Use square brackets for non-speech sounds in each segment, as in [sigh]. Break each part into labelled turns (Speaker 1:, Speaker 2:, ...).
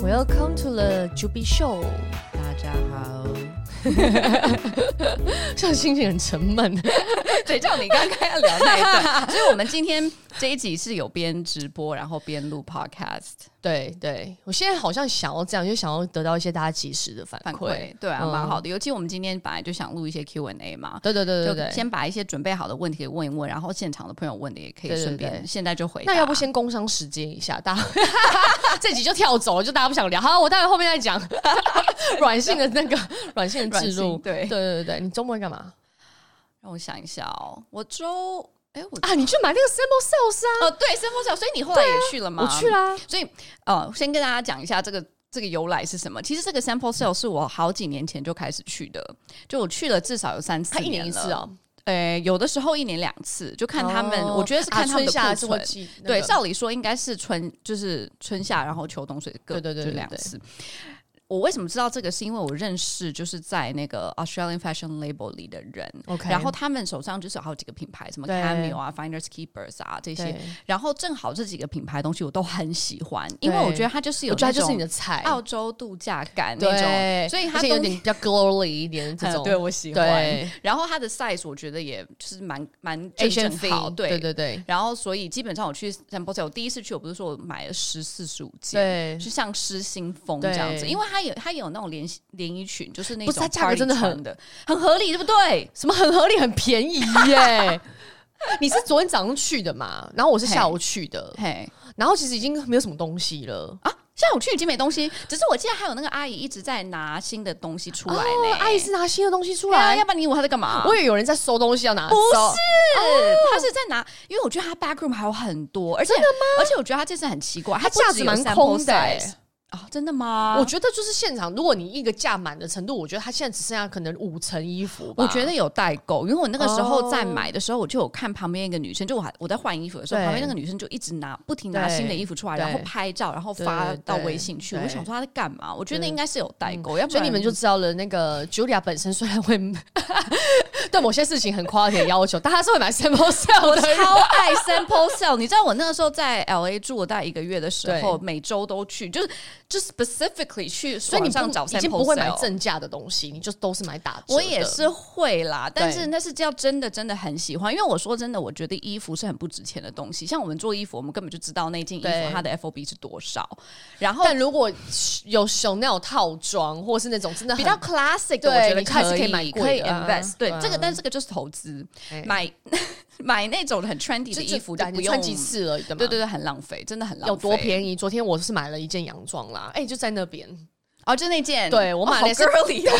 Speaker 1: to the Jubi
Speaker 2: [laughs]
Speaker 1: Show，
Speaker 2: 大家好，
Speaker 1: 像心情很沉闷。
Speaker 2: 对，照你刚刚要聊那一段， [laughs] 所以我们今天这一集是有边直播，然后边录 podcast
Speaker 1: [laughs] 对对，我现在好像想要这样，就想要得到一些大家及时的反
Speaker 2: 反
Speaker 1: 馈。
Speaker 2: 馈，对啊，
Speaker 1: 嗯
Speaker 2: 蛮好的。尤其我们今天本来就想录一些 Q&A 嘛，
Speaker 1: 对对对对
Speaker 2: 就
Speaker 1: 对。
Speaker 2: 先把一些准备好的问题给问一问，然后现场的朋友问的也可以
Speaker 1: 对对
Speaker 2: 顺
Speaker 1: 对
Speaker 2: 便现在就回答。
Speaker 1: 那要不先工商时间一下，大家 [laughs] 这集就跳走了，就大家不想聊。好，我待会后面再讲 [laughs] 软性的那
Speaker 2: [laughs]
Speaker 1: 个软性的
Speaker 2: 软
Speaker 1: 置
Speaker 2: 性
Speaker 1: 入。
Speaker 2: 对
Speaker 1: 对对对，你周末干嘛
Speaker 2: 让我想一下哦，我周哎我
Speaker 1: 啊？你去买那个 sample sales 啊？
Speaker 2: 哦对，生活小，所以你后来也啊去了吗？
Speaker 1: 我去啦。
Speaker 2: 所以呃，先跟大家讲一下这个这个由来是什么。其实这个 sample sale 是我好几年前就开始去的，就我去了至少有三四
Speaker 1: 他一年
Speaker 2: 了
Speaker 1: 一次，哦，
Speaker 2: 呃，有的时候一年两次，就看他们，
Speaker 1: 哦
Speaker 2: 我觉得是
Speaker 1: 啊
Speaker 2: 看他
Speaker 1: 春
Speaker 2: 们的
Speaker 1: 夏
Speaker 2: 库
Speaker 1: 是会
Speaker 2: 存。
Speaker 1: 寄那
Speaker 2: 对，
Speaker 1: 个
Speaker 2: 照理说应该是春，就是春夏，然后秋冬，所以各
Speaker 1: 对对对
Speaker 2: 就
Speaker 1: 对
Speaker 2: 两
Speaker 1: 对
Speaker 2: 次。我为什么知道这个？是因为我认识就是在那个 Australian Fashion Label 里的人
Speaker 1: OK
Speaker 2: 然后他们手上就是有好几个品牌，什么
Speaker 1: 对
Speaker 2: Cameo 啊、Finders Keepers 啊这些
Speaker 1: 对。
Speaker 2: 然后正好这几个品牌东西我都很喜欢，因为我觉得它就是有
Speaker 1: 我觉得它
Speaker 2: 那
Speaker 1: 就是
Speaker 2: 种啊
Speaker 1: 你的菜。
Speaker 2: 澳洲度假感那
Speaker 1: 对，
Speaker 2: 种，所以
Speaker 1: 而
Speaker 2: 它
Speaker 1: 且有
Speaker 2: 冬
Speaker 1: 点比较 glory 一点这
Speaker 2: 嗯
Speaker 1: 种，
Speaker 2: 对我喜
Speaker 1: 对
Speaker 2: 欢。然后它的 size 我觉得也就是蛮蛮正
Speaker 1: Asian
Speaker 2: 正好，
Speaker 1: thing，对对对
Speaker 2: 然后，所以基本上我去 Sample Sale，我第一次去，我不是说我买了十四十五件，
Speaker 1: 对，
Speaker 2: 就像失心疯这样子，
Speaker 1: 对
Speaker 2: 因为它有它有那种连连衣裙，就是那
Speaker 1: 不是它
Speaker 2: 种
Speaker 1: 价格
Speaker 2: party
Speaker 1: 真的很
Speaker 2: 穿的很合理，对不对？
Speaker 1: 什么很合理，很便宜耶。
Speaker 2: [laughs]
Speaker 1: 你是昨天早上去的嘛？然后我是下午去的，
Speaker 2: 嘿，
Speaker 1: 然后其实已经没有什么东西了。
Speaker 2: 啊，现在我去已经没东西，只是我记得还有那个阿姨一直在拿新的东西出来
Speaker 1: 哦
Speaker 2: 呢，
Speaker 1: 阿姨是拿新的东西出
Speaker 2: 对啊，
Speaker 1: 来
Speaker 2: 要，不然你以为她在干嘛？
Speaker 1: 我以为有人在收东西要拿走，
Speaker 2: 不是，他是在拿，因为我觉得他 backroom 还有很多，而且而且我觉得他这次很奇怪，
Speaker 1: 它
Speaker 2: 他
Speaker 1: 架
Speaker 2: 不
Speaker 1: 子
Speaker 2: 只有
Speaker 1: 蛮
Speaker 2: sample
Speaker 1: 空的欸
Speaker 2: size 哦，真的吗？
Speaker 1: 我觉得就是现场，如果你一个架满的程度，我觉得它现在只剩下可能五层衣服吧。
Speaker 2: 我觉得有代购，因为我那个时候在
Speaker 1: 哦
Speaker 2: 买的时候，我就有看旁边一个女生，就我还我在换衣服的时候，
Speaker 1: 对
Speaker 2: 旁边那个女生就一直拿不停拿
Speaker 1: 对
Speaker 2: 新的衣服出来，
Speaker 1: 对
Speaker 2: 然后拍照，然后发
Speaker 1: 对对
Speaker 2: 到微信去。
Speaker 1: 对
Speaker 2: 我想说她在干嘛？我觉得
Speaker 1: 对嗯
Speaker 2: 应该是有代购，要不
Speaker 1: 所以
Speaker 2: 然
Speaker 1: 你们就知道了，那个 Julia 本身虽然会 [laughs] 对某些事情很 quality 的要求，但她是会买 sample
Speaker 2: [laughs]
Speaker 1: sale 的人。
Speaker 2: 超爱 sample sale。你知道我那个时候在 L A 住我大概一个月的时候，
Speaker 1: 对
Speaker 2: 每周都去，就是就 specifically 去
Speaker 1: 所以你
Speaker 2: 网
Speaker 1: 不
Speaker 2: 上找
Speaker 1: 已
Speaker 2: sample
Speaker 1: 经不会买
Speaker 2: sale
Speaker 1: 正价的东西，你就都是买打折的。
Speaker 2: 我也是会啦，但
Speaker 1: 对
Speaker 2: 是那是叫真的真的很喜欢，因为我说真的，我觉得衣服是很不值钱的东西。像我们做衣服，我们根本就知道那件衣
Speaker 1: 对
Speaker 2: 服它的 FOB 是多少，然后
Speaker 1: 但如果有 Chanel 套装，或是那种真的很
Speaker 2: 比较 classic
Speaker 1: 对
Speaker 2: 的，我觉
Speaker 1: 你
Speaker 2: 得
Speaker 1: 还是
Speaker 2: 可
Speaker 1: 可以
Speaker 2: 以
Speaker 1: 买
Speaker 2: 可
Speaker 1: 贵
Speaker 2: 以
Speaker 1: 的啊
Speaker 2: invest 对
Speaker 1: 对啊
Speaker 2: 这个，但这个就是投资
Speaker 1: 哎，
Speaker 2: 买 [laughs] 买那种很 trendy 的
Speaker 1: 就
Speaker 2: 衣服就
Speaker 1: 就
Speaker 2: 不
Speaker 1: 你
Speaker 2: 用
Speaker 1: 穿几，次而已的嘛。
Speaker 2: 对对对，很浪费，真的很浪费。
Speaker 1: 有多便宜？昨天我是买了一件洋装啦，哎、就在那边
Speaker 2: 哦，就那件，
Speaker 1: 对我买了
Speaker 2: 哦好
Speaker 1: 是
Speaker 2: girly 哦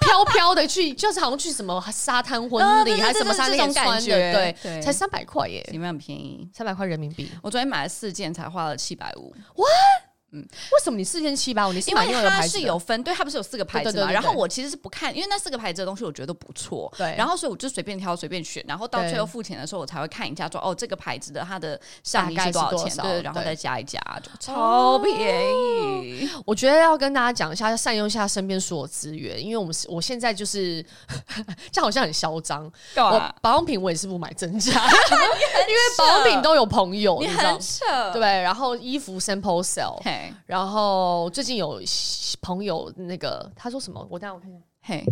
Speaker 1: 飘飘的去， [laughs] 就是好像去什么沙滩婚
Speaker 2: 啊对
Speaker 1: 礼
Speaker 2: 对
Speaker 1: 还是什么
Speaker 2: 对对
Speaker 1: 沙
Speaker 2: 这
Speaker 1: 滩
Speaker 2: 种
Speaker 1: 穿
Speaker 2: 感
Speaker 1: 的，
Speaker 2: 觉
Speaker 1: 对，
Speaker 2: 对
Speaker 1: 才三百块耶，
Speaker 2: 你们很便宜。
Speaker 1: 三百块人民币。
Speaker 2: 我昨天买了四件，才花了七百五。
Speaker 1: 为什么你四千七百五？你是
Speaker 2: 因
Speaker 1: 买
Speaker 2: 为
Speaker 1: 另外一个
Speaker 2: 它
Speaker 1: 牌子
Speaker 2: 是
Speaker 1: 的
Speaker 2: 有分，对，它不是有四个牌
Speaker 1: 对
Speaker 2: 子
Speaker 1: 对对
Speaker 2: 嘛？
Speaker 1: 对
Speaker 2: 然后我其实是不看，因为那四个牌子的东西我觉得都不错，
Speaker 1: 对
Speaker 2: 然后所以我就随便挑随便选，然后到
Speaker 1: 对
Speaker 2: 最后付钱的时候，我才会看一下说，哦，这个牌子的它的上衣
Speaker 1: 大概
Speaker 2: 是
Speaker 1: 是
Speaker 2: 多
Speaker 1: 多
Speaker 2: 少钱？
Speaker 1: 少
Speaker 2: 对，然后
Speaker 1: 对
Speaker 2: 再加一加，就超便宜。
Speaker 1: 我觉得要跟大家讲一下，要善用一下身边所有资源，因为我们是我现在就是 [laughs] 这样好像很嚣张，
Speaker 2: 干
Speaker 1: 我
Speaker 2: 嘛？
Speaker 1: 保养品我也是不买真价， [laughs] 因为保养品都有朋友，
Speaker 2: 你
Speaker 1: 你知道
Speaker 2: 哦 [laughs] 很扯，
Speaker 1: 对，然后衣服 sample
Speaker 2: [laughs]
Speaker 1: sell，
Speaker 2: 嘿
Speaker 1: 然后最近有朋友那个他说什么，我等一下我看一下，
Speaker 2: 嘿，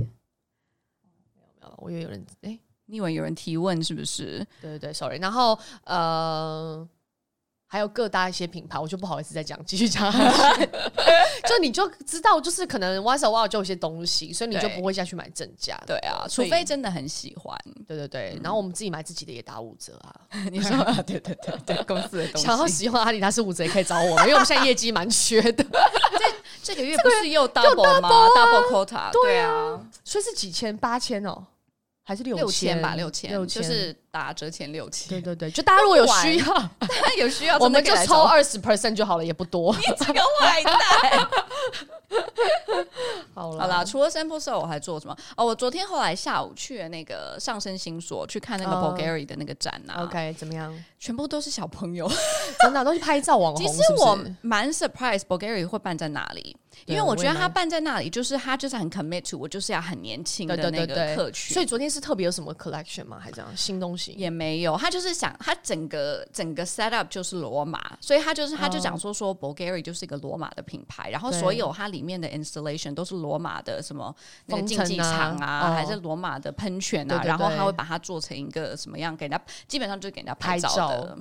Speaker 1: 我以为有人哎、
Speaker 2: 你以为有人提问是不是？
Speaker 1: 对对对，sorry，然后呃。还有各大一些品牌，我就不好意思再讲，继续 [laughs] 讲。就你就知道，就是可能 once a while 就有一些东西，所以你就
Speaker 2: 对
Speaker 1: 不会再去买正价的。
Speaker 2: 对啊，除
Speaker 1: 所以
Speaker 2: 非真的很喜欢。
Speaker 1: 对嗯对对，然后我们自己买自己的也打五折啊。
Speaker 2: [laughs] 你说啊，对对对对，公司的
Speaker 1: 想要喜欢阿迪达斯五折也可以找我们，因为我们现在业绩蛮缺的，
Speaker 2: 这个月不是又 double 吗？double
Speaker 1: 啊
Speaker 2: quota，对啊。
Speaker 1: [laughs] 所以是几千、八千哦，还是六
Speaker 2: 六千吧，
Speaker 1: 六
Speaker 2: 六千，
Speaker 1: 六
Speaker 2: 就
Speaker 1: 千
Speaker 2: 是打折前六千
Speaker 1: 对。
Speaker 2: [laughs]
Speaker 1: 对 [laughs] 对，就大家如果有需要，
Speaker 2: 有需要
Speaker 1: 我
Speaker 2: 真的
Speaker 1: 们
Speaker 2: 可以
Speaker 1: 就
Speaker 2: 来
Speaker 1: 抽
Speaker 2: 找我，
Speaker 1: 二十 percent 就好了，也不多。
Speaker 2: 这个坏蛋。
Speaker 1: [laughs] 好了
Speaker 2: [laughs] 好啦，，除了 sample sale，我还做什么？哦，我昨天后来下午去了那个上升星所去看那个
Speaker 1: 哦
Speaker 2: Bulgari 的那个展呐、
Speaker 1: ，OK，怎么样？
Speaker 2: 全部都是小朋友。
Speaker 1: 真的都是拍照网
Speaker 2: 其
Speaker 1: 红，
Speaker 2: 实
Speaker 1: 是不是
Speaker 2: 我蛮 surprise Bulgari 会办在哪里，因
Speaker 1: 对
Speaker 2: 为我觉
Speaker 1: 我也
Speaker 2: 得他
Speaker 1: 蛮
Speaker 2: 办在那里，就是他就是很 commit to，我就是要很年轻的
Speaker 1: 对
Speaker 2: 那
Speaker 1: 对对
Speaker 2: 个
Speaker 1: 对
Speaker 2: 客群，
Speaker 1: 所以昨天是特别有什么 collection 吗？还是这样新东西？
Speaker 2: 也没有，他就是想他整个整个 set up 就是罗马，所以他就是他就讲说说 Bulgari 就是一个罗马的品牌，然后
Speaker 1: 对
Speaker 2: 所有它里面的 installation 都是罗马的什么那个
Speaker 1: 风
Speaker 2: 竞
Speaker 1: 城
Speaker 2: 技
Speaker 1: 啊
Speaker 2: 场啊，
Speaker 1: 哦
Speaker 2: 还是罗马的喷泉
Speaker 1: 对
Speaker 2: 啊，
Speaker 1: 对
Speaker 2: 然后
Speaker 1: 对
Speaker 2: 他会把它做成一个什么样给人家，基本上就是给人家
Speaker 1: 拍
Speaker 2: 照
Speaker 1: 照
Speaker 2: 的。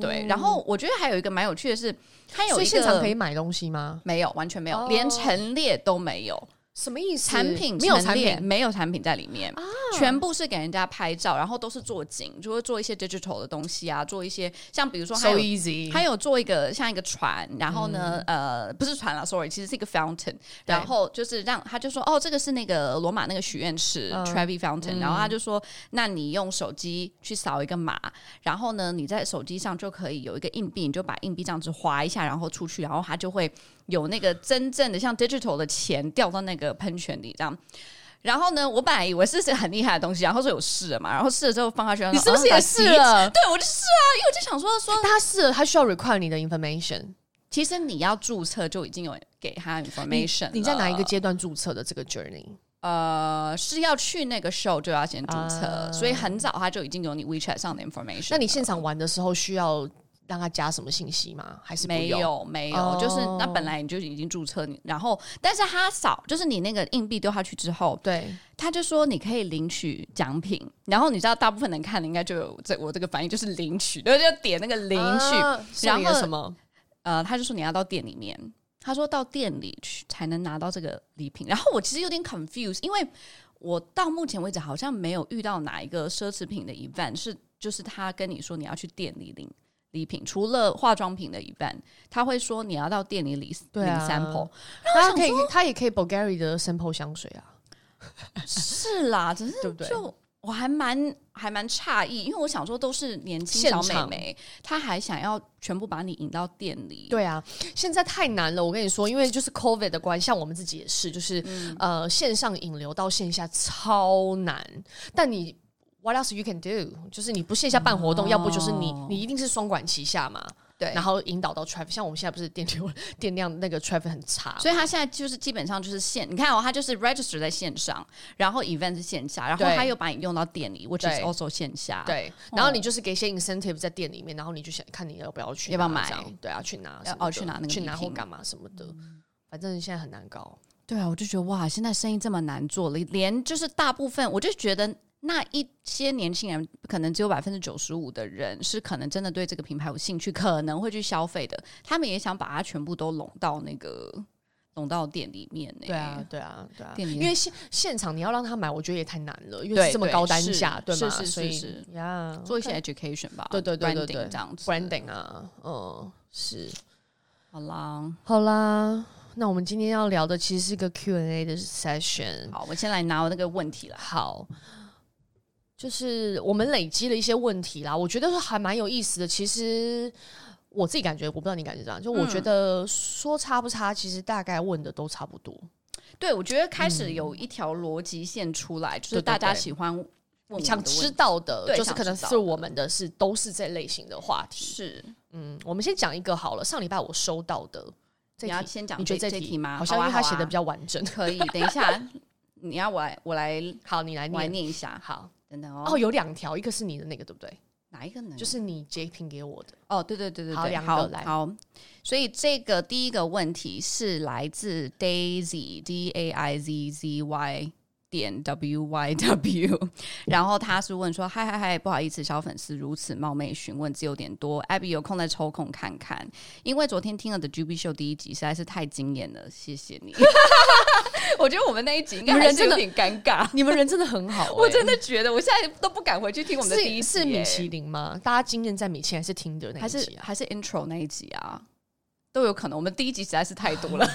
Speaker 2: 对，然后我觉得还有一个蛮有趣的是，它有
Speaker 1: 所
Speaker 2: 一
Speaker 1: 以
Speaker 2: 个
Speaker 1: 现场可以买东西吗？
Speaker 2: 没有，完全没有，
Speaker 1: 哦
Speaker 2: 连陈列都没有。
Speaker 1: 什么意思？
Speaker 2: 产品
Speaker 1: 没有
Speaker 2: 陈
Speaker 1: 产
Speaker 2: 列啊
Speaker 1: 品，
Speaker 2: 没有产品在里面，全部是给人家拍照，然后都是做景，就会做一些 digital 的东西啊，做一些像比如说还
Speaker 1: ，so
Speaker 2: 有。
Speaker 1: easy。
Speaker 2: 还有做一个像一个船，然后呢，
Speaker 1: 嗯
Speaker 2: 呃，不是船啦 s o r r y 其实是一个 fountain，然后就是让他就说，哦，这个是那个罗马那个许愿池、
Speaker 1: 嗯
Speaker 2: Trevi Fountain，、然后他就说，那你用手机去扫一个码，然后呢，你在手机上就可以有一个硬币，你就把硬币这样子划一下，然后出去，然后它就会有那个真正的像 digital 的钱掉到那个喷泉里这样。然后呢，我本来以为是是很厉害的东西，然后说有试了嘛，然后试了之后放下去，
Speaker 1: 你是不是也试
Speaker 2: 然后把它
Speaker 1: 了
Speaker 2: 洗对，我就试啊，因为我就想说说，
Speaker 1: 但他试了，他需要 require 你的 information。
Speaker 2: 其实你要注册就已经有给他 information 呃
Speaker 1: 你在哪一个
Speaker 2: 了
Speaker 1: 阶段注册的这个 journey？
Speaker 2: 呃，是要去那个 show 就要先注册，
Speaker 1: 啊
Speaker 2: 所以很早他就已经有你 WeChat 上的 information 了。
Speaker 1: 那你现场玩的时候需要让他加什么信息吗？还是不
Speaker 2: 没
Speaker 1: 用？
Speaker 2: 有没有，
Speaker 1: 哦
Speaker 2: 就是那本来你就已经注册你，然后但是他扫，就是你那个硬币丢下去之后，
Speaker 1: 对，
Speaker 2: 他就说你可以领取奖品，然后你知道大部分人看的应该就有这我这个反应就是领取，然后就点那个领取，
Speaker 1: 啊送你
Speaker 2: 然
Speaker 1: 了
Speaker 2: 后
Speaker 1: 什么？
Speaker 2: 呃，他就说你要到店里面，他说到店里去才能拿到这个礼品。然后我其实有点 confused，因为我到目前为止好像没有遇到哪一个奢侈品的 event 是就是他跟你说你要去店里领礼品，除了化妆品的 event，他会说你要到店里领
Speaker 1: 对
Speaker 2: 领
Speaker 1: 啊
Speaker 2: sample。
Speaker 1: 那他可以，他也可以 Bulgari 的 sample 香水啊，
Speaker 2: 是
Speaker 1: [laughs]
Speaker 2: 啦，只是
Speaker 1: 对不对？
Speaker 2: 就。我还蛮还蛮诧异，因为我想说都是年轻小
Speaker 1: 现
Speaker 2: 妹
Speaker 1: 场
Speaker 2: 妹，她还想要全部把你引到店里，
Speaker 1: 对啊，现在太难了。我跟你说，因为就是 COVID 的关系，像我们自己也是，就是、
Speaker 2: 嗯
Speaker 1: 呃线上引流到线下超难。但你 What else you can do？就是你不线下办活动，要不就是你你一定是双管齐下嘛，
Speaker 2: 哦对
Speaker 1: 然后引导到 traffic。像我们现在不是电流电量那个 traffic 很差，
Speaker 2: 所以他现在就是基本上就是线，你看哦，他就是 register 在线上，然后 event 是线下，然后
Speaker 1: 对
Speaker 2: 他又把你用到店里，which is
Speaker 1: 对
Speaker 2: also 线下。，
Speaker 1: 对，
Speaker 2: 哦
Speaker 1: 然后你就是给一些 incentive 在店里面，然后你就想看你要不要去拿，
Speaker 2: 要不要买
Speaker 1: 这样？对啊，去拿
Speaker 2: 要
Speaker 1: 什么
Speaker 2: 哦
Speaker 1: 的
Speaker 2: 去拿那个
Speaker 1: 去
Speaker 2: 礼
Speaker 1: 拿或
Speaker 2: 品嗯
Speaker 1: 干嘛什么的，反正现在很难搞。
Speaker 2: 对啊，我就觉得哇，现在生意这么难做了，连就是大部分我就觉得。那一些年轻人，可能只有百分之九十五的人是可能真的对这个品牌有兴趣，可能会去消费的。他们也想把它全部都拢到那个拢到店里面、呢。
Speaker 1: 对啊，，对啊，对啊，
Speaker 2: 欸店里
Speaker 1: 因为现现场你要让他买，我觉得也太难了，因为
Speaker 2: 对
Speaker 1: 是这么
Speaker 2: 对
Speaker 1: 高单
Speaker 2: 是
Speaker 1: 价，对
Speaker 2: 是
Speaker 1: 吗？
Speaker 2: 是
Speaker 1: 所
Speaker 2: 是
Speaker 1: 以
Speaker 2: 是
Speaker 1: 呀，
Speaker 2: 做一些 education 吧，
Speaker 1: 对对对对对
Speaker 2: branding 这样子。
Speaker 1: branding 啊，嗯，是
Speaker 2: 好啦，
Speaker 1: 好啦。那我们今天要聊的其实是一个 Q&A 的 session。
Speaker 2: 好，我先来拿我那个问题啦。
Speaker 1: 好，就是我们累积了一些问题啦，我觉得还蛮有意思的。其实我自己感觉，我不知道你感觉怎样，就我
Speaker 2: 嗯
Speaker 1: 觉得说差不差，其实大概问的都差不多。
Speaker 2: 对，我觉得开始
Speaker 1: 嗯
Speaker 2: 有一条逻辑线出来，就是大家喜欢问我们
Speaker 1: 想
Speaker 2: 的问
Speaker 1: 知
Speaker 2: 题
Speaker 1: 道的，
Speaker 2: 对
Speaker 1: 就是可能
Speaker 2: 想知道
Speaker 1: 是
Speaker 2: 的
Speaker 1: 我们的是都是这类型的话题。
Speaker 2: 是
Speaker 1: 嗯，我们先讲一个好了，上礼拜我收到的这
Speaker 2: 你要
Speaker 1: 题，
Speaker 2: 先讲
Speaker 1: 你觉得
Speaker 2: 这
Speaker 1: 这
Speaker 2: 题吗？
Speaker 1: 好像因
Speaker 2: 啊
Speaker 1: 为他
Speaker 2: 好啊
Speaker 1: 写的比较完整。 [laughs]
Speaker 2: 可以。等一下， [laughs] 你要我来，我来，
Speaker 1: 好，你 [laughs] 来
Speaker 2: 我来
Speaker 1: 念。
Speaker 2: 念一啊下。
Speaker 1: 好，
Speaker 2: 等等
Speaker 1: 哦，
Speaker 2: 哦，
Speaker 1: 有两条，一个是你的那个，对不对？
Speaker 2: 哪一个呢？
Speaker 1: 就是你截屏给我
Speaker 2: [laughs]
Speaker 1: 的。
Speaker 2: 哦，对对对对
Speaker 1: 好
Speaker 2: 对，
Speaker 1: 两个
Speaker 2: 好
Speaker 1: 来
Speaker 2: 好。所以这个第一个问题是来自 Daisy D A I Z Z Y 点 W Y W，然后他是问说：嗨嗨嗨，不好意思，小粉丝如此冒昧询问，字有点多，Abby 有空再抽空看看，因为昨天听了 The G B Show 第一集实在是太惊艳了，谢谢 [laughs] 你。我觉得我们那一集应该
Speaker 1: 你们
Speaker 2: 还
Speaker 1: 人
Speaker 2: 是有
Speaker 1: 真
Speaker 2: 点尴尬。
Speaker 1: 你们人真的很好、
Speaker 2: [laughs] 我
Speaker 1: 欸
Speaker 2: 真的觉得，我现在都不敢回去听我们的第一
Speaker 1: 是
Speaker 2: 集
Speaker 1: 是米
Speaker 2: 耶
Speaker 1: 其林吗？大家经验在米其林还是听的那
Speaker 2: 还
Speaker 1: 一
Speaker 2: 是
Speaker 1: 集啊？
Speaker 2: 还是 intro 那一集啊，都有可能。我们第一集实在是太多了。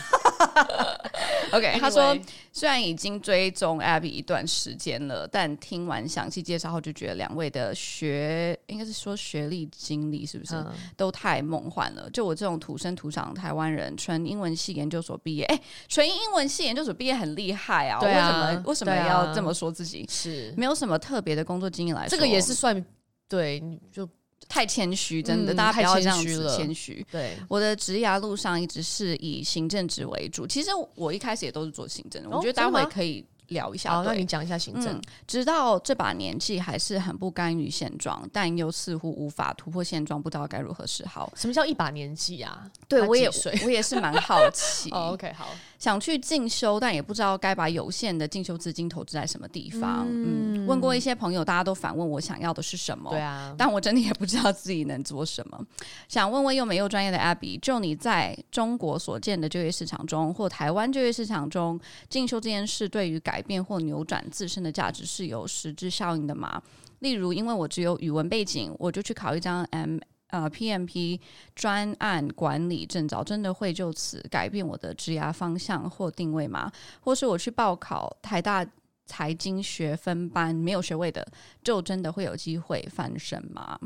Speaker 2: OK，他
Speaker 1: 哎
Speaker 2: 说
Speaker 1: Anyway
Speaker 2: 虽然已经追踪 Abby 一段时间了，但听完详细介绍后，就觉得两位的学应该是说学历经历是不是、
Speaker 1: 嗯
Speaker 2: 都太梦幻了？就我这种土生土长的台湾人，纯英文系研究所毕业，哎、纯英文系研究所毕业很厉害啊！
Speaker 1: 对啊
Speaker 2: 为什么为什么
Speaker 1: 对啊
Speaker 2: 要这么说自己？
Speaker 1: 是
Speaker 2: 没有什么特别的工作经验来说，
Speaker 1: 这个也是算对，你就
Speaker 2: 太谦虚，真的，
Speaker 1: 嗯
Speaker 2: 大家不要这样
Speaker 1: 太谦虚
Speaker 2: 子
Speaker 1: 了
Speaker 2: 谦虚。
Speaker 1: 对，
Speaker 2: 我的职涯路上一直是以行政职为主，其实我一开始也都是做行政的，哦
Speaker 1: 哦
Speaker 2: 我觉得
Speaker 1: 真
Speaker 2: 待
Speaker 1: 的吗
Speaker 2: 会可以聊一下。
Speaker 1: 好，那
Speaker 2: 对
Speaker 1: 你讲一下行政
Speaker 2: 嗯，，直到这把年纪还是很不甘于现状，但又似乎无法突破现状，不知道该如何是好。
Speaker 1: 什么叫一把年纪啊？
Speaker 2: 对
Speaker 1: 他
Speaker 2: 我
Speaker 1: 几
Speaker 2: 也
Speaker 1: 岁
Speaker 2: 我也是蛮好 [laughs] 奇，
Speaker 1: 哦，OK，好，
Speaker 2: 想去进修，但也不知道该把有限的进修资金投资在什么地方。嗯，问过一些朋友，大家都反问我想要的是什么。
Speaker 1: 对啊，
Speaker 2: 但我真的也不知道自己能做什么。 [laughs] 想问问又没有专业的 Abby，就你在中国所见的就业市场中，或台湾就业市场中，进修这件事对于改变或扭转自身的价值是有实质效应的吗？例如，因为我只有语文背景，我就去考一张 M 呃 PMP 专案管理证照，真的会就此改变我的职涯方向或定位吗？或是我去报考台大财经学分班，没有学位的，就真的会有机会翻身吗？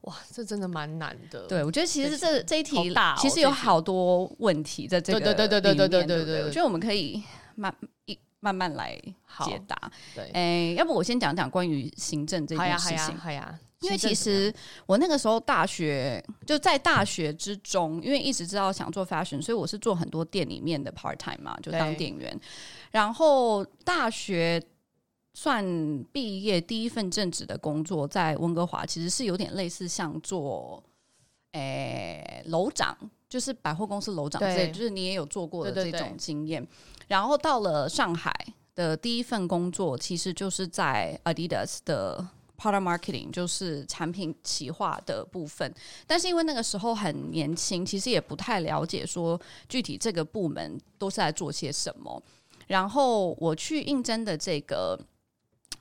Speaker 1: 哇，这真的蛮难的。
Speaker 2: 对，我觉得其实这这一题
Speaker 1: 好大哦
Speaker 2: 其实有好多问题在这个
Speaker 1: 对对对对对对
Speaker 2: 里面
Speaker 1: 对
Speaker 2: 对不
Speaker 1: 对对
Speaker 2: 我觉得我们可以慢一慢慢来
Speaker 1: 好
Speaker 2: 解答。
Speaker 1: 对，
Speaker 2: 哎，要不我先讲讲关于行政这
Speaker 1: 好
Speaker 2: 件
Speaker 1: 呀
Speaker 2: 事
Speaker 1: 好呀
Speaker 2: 情。
Speaker 1: 好呀，
Speaker 2: 因为
Speaker 1: 行
Speaker 2: 其
Speaker 1: 政怎么样
Speaker 2: 实我那个时候大学就在大学之中，因为一直知道想做 fashion，所以我是做很多店里面的 part time 嘛，就当
Speaker 1: 对
Speaker 2: 店员。然后大学算毕业第一份正职的工作，在温哥华其实是有点类似像做诶楼长，就是百货公司楼长之类，
Speaker 1: 对
Speaker 2: 就是你也有做过的
Speaker 1: 对
Speaker 2: 这
Speaker 1: 对
Speaker 2: 种
Speaker 1: 对
Speaker 2: 经验。然后到了上海的第一份工作，其实就是在 Adidas 的 product marketing，就是产品企划的部分。但是因为那个时候很年轻，其实也不太了解说具体这个部门都是在做些什么。然后我去应征的这个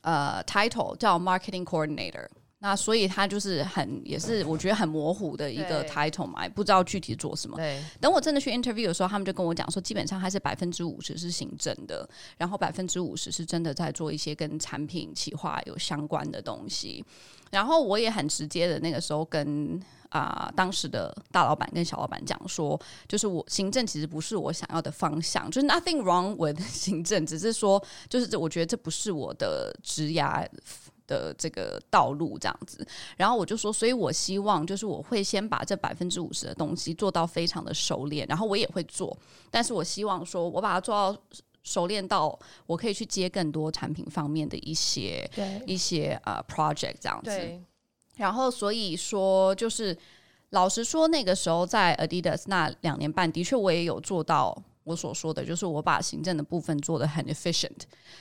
Speaker 2: 呃 title 叫 marketing coordinator。那所以它就是很，也是我觉得很模糊的一个
Speaker 1: 对
Speaker 2: title 嘛，也不知道具体做什么。
Speaker 1: 对
Speaker 2: 等我真的去 interview 的时候，他们就跟我讲说，基本上还是百分之五十是行政的，然后百分之五十是真的在做一些跟产品企划有相关的东西。然后我也很直接的，那个时候跟啊、当时的大老板跟小老板讲说，就是我行政其实不是我想要的方向，就是 nothing wrong with [laughs] 行政，只是说就是这我觉得这不是我的职涯的这个道路这样子。然后我就说，所以我希望就是我会先把这百分之五十的东西做到非常的熟练，然后我也会做，但是我希望说我把它做到熟练到我可以去接更多产品方面的一些
Speaker 1: 对
Speaker 2: 一些呃 project 这样子。
Speaker 1: 对
Speaker 2: 然后所以说就是老实说，那个时候在 Adidas 那两年半，的确我也有做到。我所说的就是我把行政的部分做得很 efficient，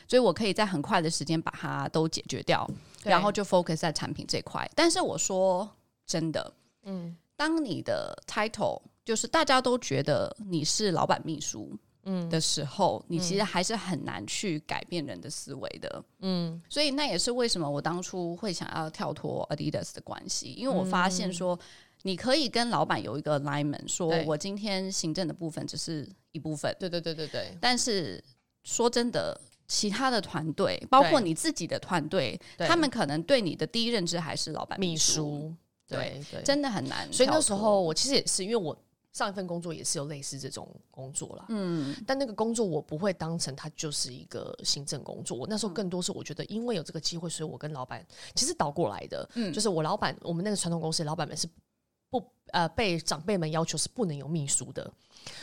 Speaker 2: 所以我可以在很快的时间把它都解决掉，
Speaker 1: 对
Speaker 2: 然后就 focus 在产品这块。但是我说真的，
Speaker 1: 嗯
Speaker 2: 当你的 title 就是大家都觉得你是老板秘书，
Speaker 1: 嗯
Speaker 2: 的时候，你其实还是很难去改变人的思维的。
Speaker 1: 嗯，
Speaker 2: 所以那也是为什么我当初会想要跳脱 Adidas 的关系，因为
Speaker 1: 嗯
Speaker 2: 我发现说，你可以跟老板有一个 alignment，说
Speaker 1: 对
Speaker 2: 我今天行政的部分只是一部分，
Speaker 1: 对对对对对
Speaker 2: 但是说真的。其他的团队，包括你自己的团队，
Speaker 1: 对
Speaker 2: 他们可能对你的第一认知还是老板
Speaker 1: 秘
Speaker 2: 书，
Speaker 1: 书，对对，
Speaker 2: 真的很难。
Speaker 1: 所以那时候，我其实也是，因为我上一份工作也是有类似这种工作啦，
Speaker 2: 嗯，
Speaker 1: 但那个工作我不会当成它就是一个行政工作。我那时
Speaker 2: 嗯
Speaker 1: 候更多是我觉得，因为有这个机会，所以我跟老板其实倒过来的，
Speaker 2: 嗯
Speaker 1: 就是我老板，我们那个传统公司的老板们是不呃被长辈们要求是不能有秘书的，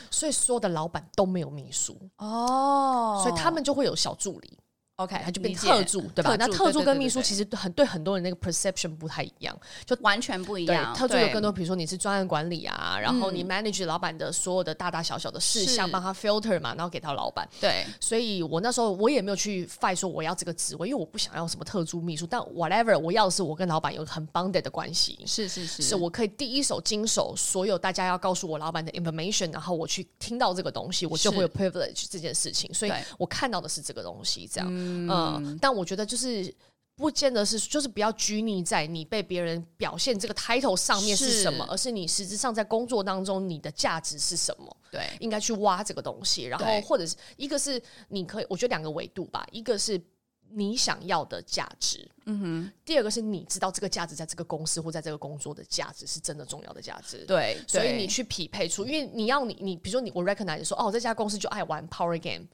Speaker 1: 所以所有的老板都没有秘书，
Speaker 2: 哦
Speaker 1: 所以他们就会有小助理。哎
Speaker 2: OK，
Speaker 1: 他就变
Speaker 2: 理解
Speaker 1: 特助，对吧？那特助
Speaker 2: 对对
Speaker 1: 跟
Speaker 2: 对
Speaker 1: 秘书
Speaker 2: 对
Speaker 1: 其实很对很多人那个 perception 不太一样。
Speaker 2: 对完全不一
Speaker 1: 对
Speaker 2: 样，，
Speaker 1: 特助
Speaker 2: 对
Speaker 1: 有更多，比如说你是专案管理啊，然后你
Speaker 2: 嗯
Speaker 1: manage 老板的所有的大大小小的事项，
Speaker 2: 是
Speaker 1: 帮他 filter 嘛，然后给到老板。
Speaker 2: 对
Speaker 1: 所以我那时候我也没有去 fight 说我要这个职位，因为我不想要什么特助秘书，但 whatever 我要的是我跟老板有很 bonded 的关系。
Speaker 2: 是是是
Speaker 1: 是我可以第一手经手所有大家要告诉我老板的 information，然后我去听到这个东西，我就会有 privilege 这件事情，所以
Speaker 2: 对
Speaker 1: 我看到的是这个东西，这样，嗯、但我觉得就是。不见得是，就是不要拘泥在你被别人表现这个 title 上面是
Speaker 2: 是
Speaker 1: 什么，而是你实质上在工作当中你的价值是什么。
Speaker 2: 对
Speaker 1: 应该去挖这个东西，然后
Speaker 2: 对
Speaker 1: 或者是一个是你可以，我觉得两个维度吧，一个是你想要的价值，嗯哼，第二个是你知道这个价值在这个公司或在这个工作的价值是真的重要的价值，，
Speaker 2: 对，
Speaker 1: 所以
Speaker 2: 对
Speaker 1: 你去匹配出，因为你要你你，比如说你我 recognize 说哦，这家公司就爱玩 power game。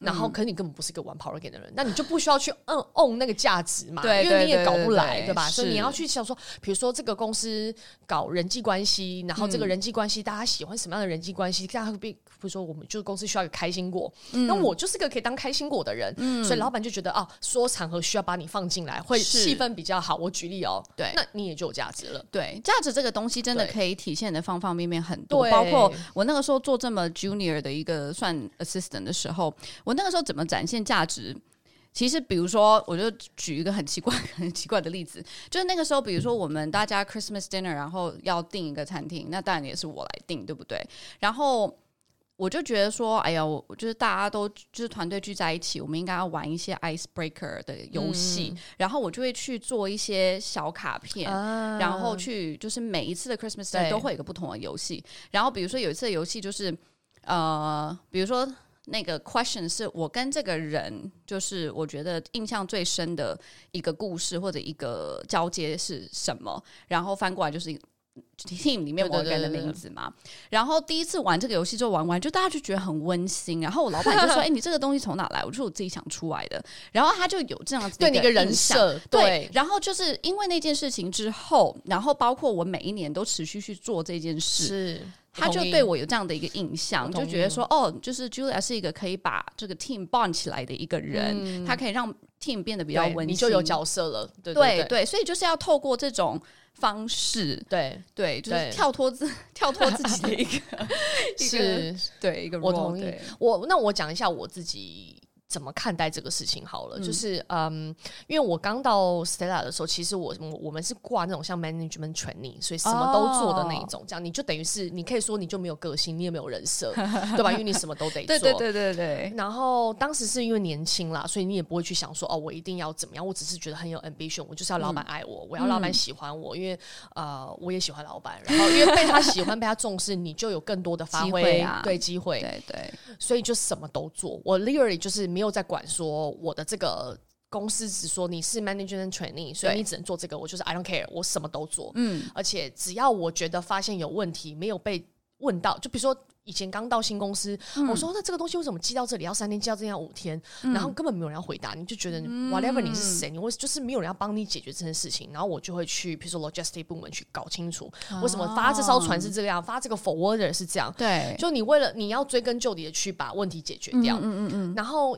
Speaker 1: 然
Speaker 2: 嗯
Speaker 1: 后可是你根本不是一个玩 Power Game 的人，那你就不需要去嗯 own 那个价值嘛，
Speaker 2: 对
Speaker 1: 因为
Speaker 2: 对
Speaker 1: 你也
Speaker 2: 对
Speaker 1: 搞
Speaker 2: 对
Speaker 1: 不
Speaker 2: 对
Speaker 1: 来，
Speaker 2: 对
Speaker 1: 吧？所以你
Speaker 2: 是
Speaker 1: 要去想说，比如说这个公司搞人际关系，然后
Speaker 2: 嗯
Speaker 1: 这个人际关系、大家喜欢什么样的人际关系？大家会比比如说我们就是公司需要一个开心果，
Speaker 2: 嗯
Speaker 1: 那我就是个可以当开心果的人，所以老板就觉得啊，说场合需要把你放进来，会
Speaker 2: 是
Speaker 1: 气氛比较好。我举例哦，
Speaker 2: 对
Speaker 1: 那你也就有价值了。
Speaker 2: 对，价值这个东西真的
Speaker 1: 对
Speaker 2: 可以体现的方方面面很多，
Speaker 1: 对
Speaker 2: 包括我那个时候做这么 junior 的一个算 assistant 的时候，我那个时候怎么展现价值？其实，比如说，我就举一个很奇怪、 [laughs] 很奇怪的例子，就是那个时候，比如说我们大家 Christmas dinner，然后要订一个餐厅，那当然也是我来订，对不对？然后我就觉得说，哎呀，我我就是大家都就是团队聚在一起，我们应该要玩一些 ice breaker 的游戏，然后我就会去做一些小卡片，然后去就是每一次的 Christmas Day
Speaker 1: 对
Speaker 2: 都会有一个不同的游戏。然后比如说有一次的游戏就是，呃，比如说那个 question 是我跟这个人，就是我觉得印象最深的一个故事或者一个交接是什么，然后翻过来就是一个 team 里面某一个人的名字嘛。然后第一次玩这个游戏就玩完，就大家就觉得很温馨。然后我老板就说：“哎、你这个东西从哪来？”我就说：“我自己想出来的。”然后他就有这样子的
Speaker 1: 对你一个人
Speaker 2: 印象
Speaker 1: 设，
Speaker 2: 对，，然后就是因为那件事情之后，然后包括我每一年都持续去做这件事，
Speaker 1: 是，
Speaker 2: 他就
Speaker 1: 同意
Speaker 2: 对我有这样的一个印象，
Speaker 1: 我
Speaker 2: 就
Speaker 1: 同
Speaker 2: 觉得
Speaker 1: 意
Speaker 2: 说，哦，就是 Julia 是一个可以把这个 team bond 起来的一个人，他、可以让 team 变得比较
Speaker 1: 嗯对
Speaker 2: 温馨，
Speaker 1: 你就有角色了，对
Speaker 2: 对
Speaker 1: 对
Speaker 2: 所以就是要透过这种方式，
Speaker 1: 对，
Speaker 2: 对，就是
Speaker 1: 对
Speaker 2: 跳脱自 [laughs] 跳脱自己的一个
Speaker 1: [laughs]
Speaker 2: 一
Speaker 1: 是
Speaker 2: 个对一个 role，
Speaker 1: 我同意
Speaker 2: 对
Speaker 1: 我那我讲一下我自己。怎么看待这个事情好了？就是嗯，因为我刚到 Stella 的时候，其实我我我们是挂那种像 management training，所以什么都做的那一种。这样你就等于是你可以说你就没有个性，你也没有人 [laughs] 设，对吧？因为你什么都得做。
Speaker 2: 对对对对对，
Speaker 1: 然后当时是因为年轻啦，所以你也不会去想说哦，我一定要怎么样。我只是觉得很有 ambition，我就是要老
Speaker 2: 嗯
Speaker 1: 板爱我，我要老板喜欢我，因为呃，我也喜欢老板。然后因为被他喜欢、被他重视，你就有更多的发
Speaker 2: 机
Speaker 1: 挥，
Speaker 2: 会啊
Speaker 1: 对机会，
Speaker 2: 对对
Speaker 1: 所以就什么都做。我 literally 就是没有在管说我的这个。公司只说你是 management trainee，所以
Speaker 2: 对
Speaker 1: 你只能做这个。我就是 I don't care，我什么都做。
Speaker 2: 嗯，
Speaker 1: 而且只要我觉得发现有问题没有被问到，就比如说以前刚到新公司，我说那这个东西为什么寄到这里要三天，寄到这里要五天，然后根本没有人要回答，你就觉得你 whatever 你是谁，你为就是没有人要帮你解决这件事情，然后我就会去比如说 logistic 部门去搞清楚为什么发这艘船是这样，发这个 forwarder 是这样，
Speaker 2: 对，
Speaker 1: 就你为了你要追根究底的去把问题解决掉，
Speaker 2: 嗯嗯嗯，
Speaker 1: 然后。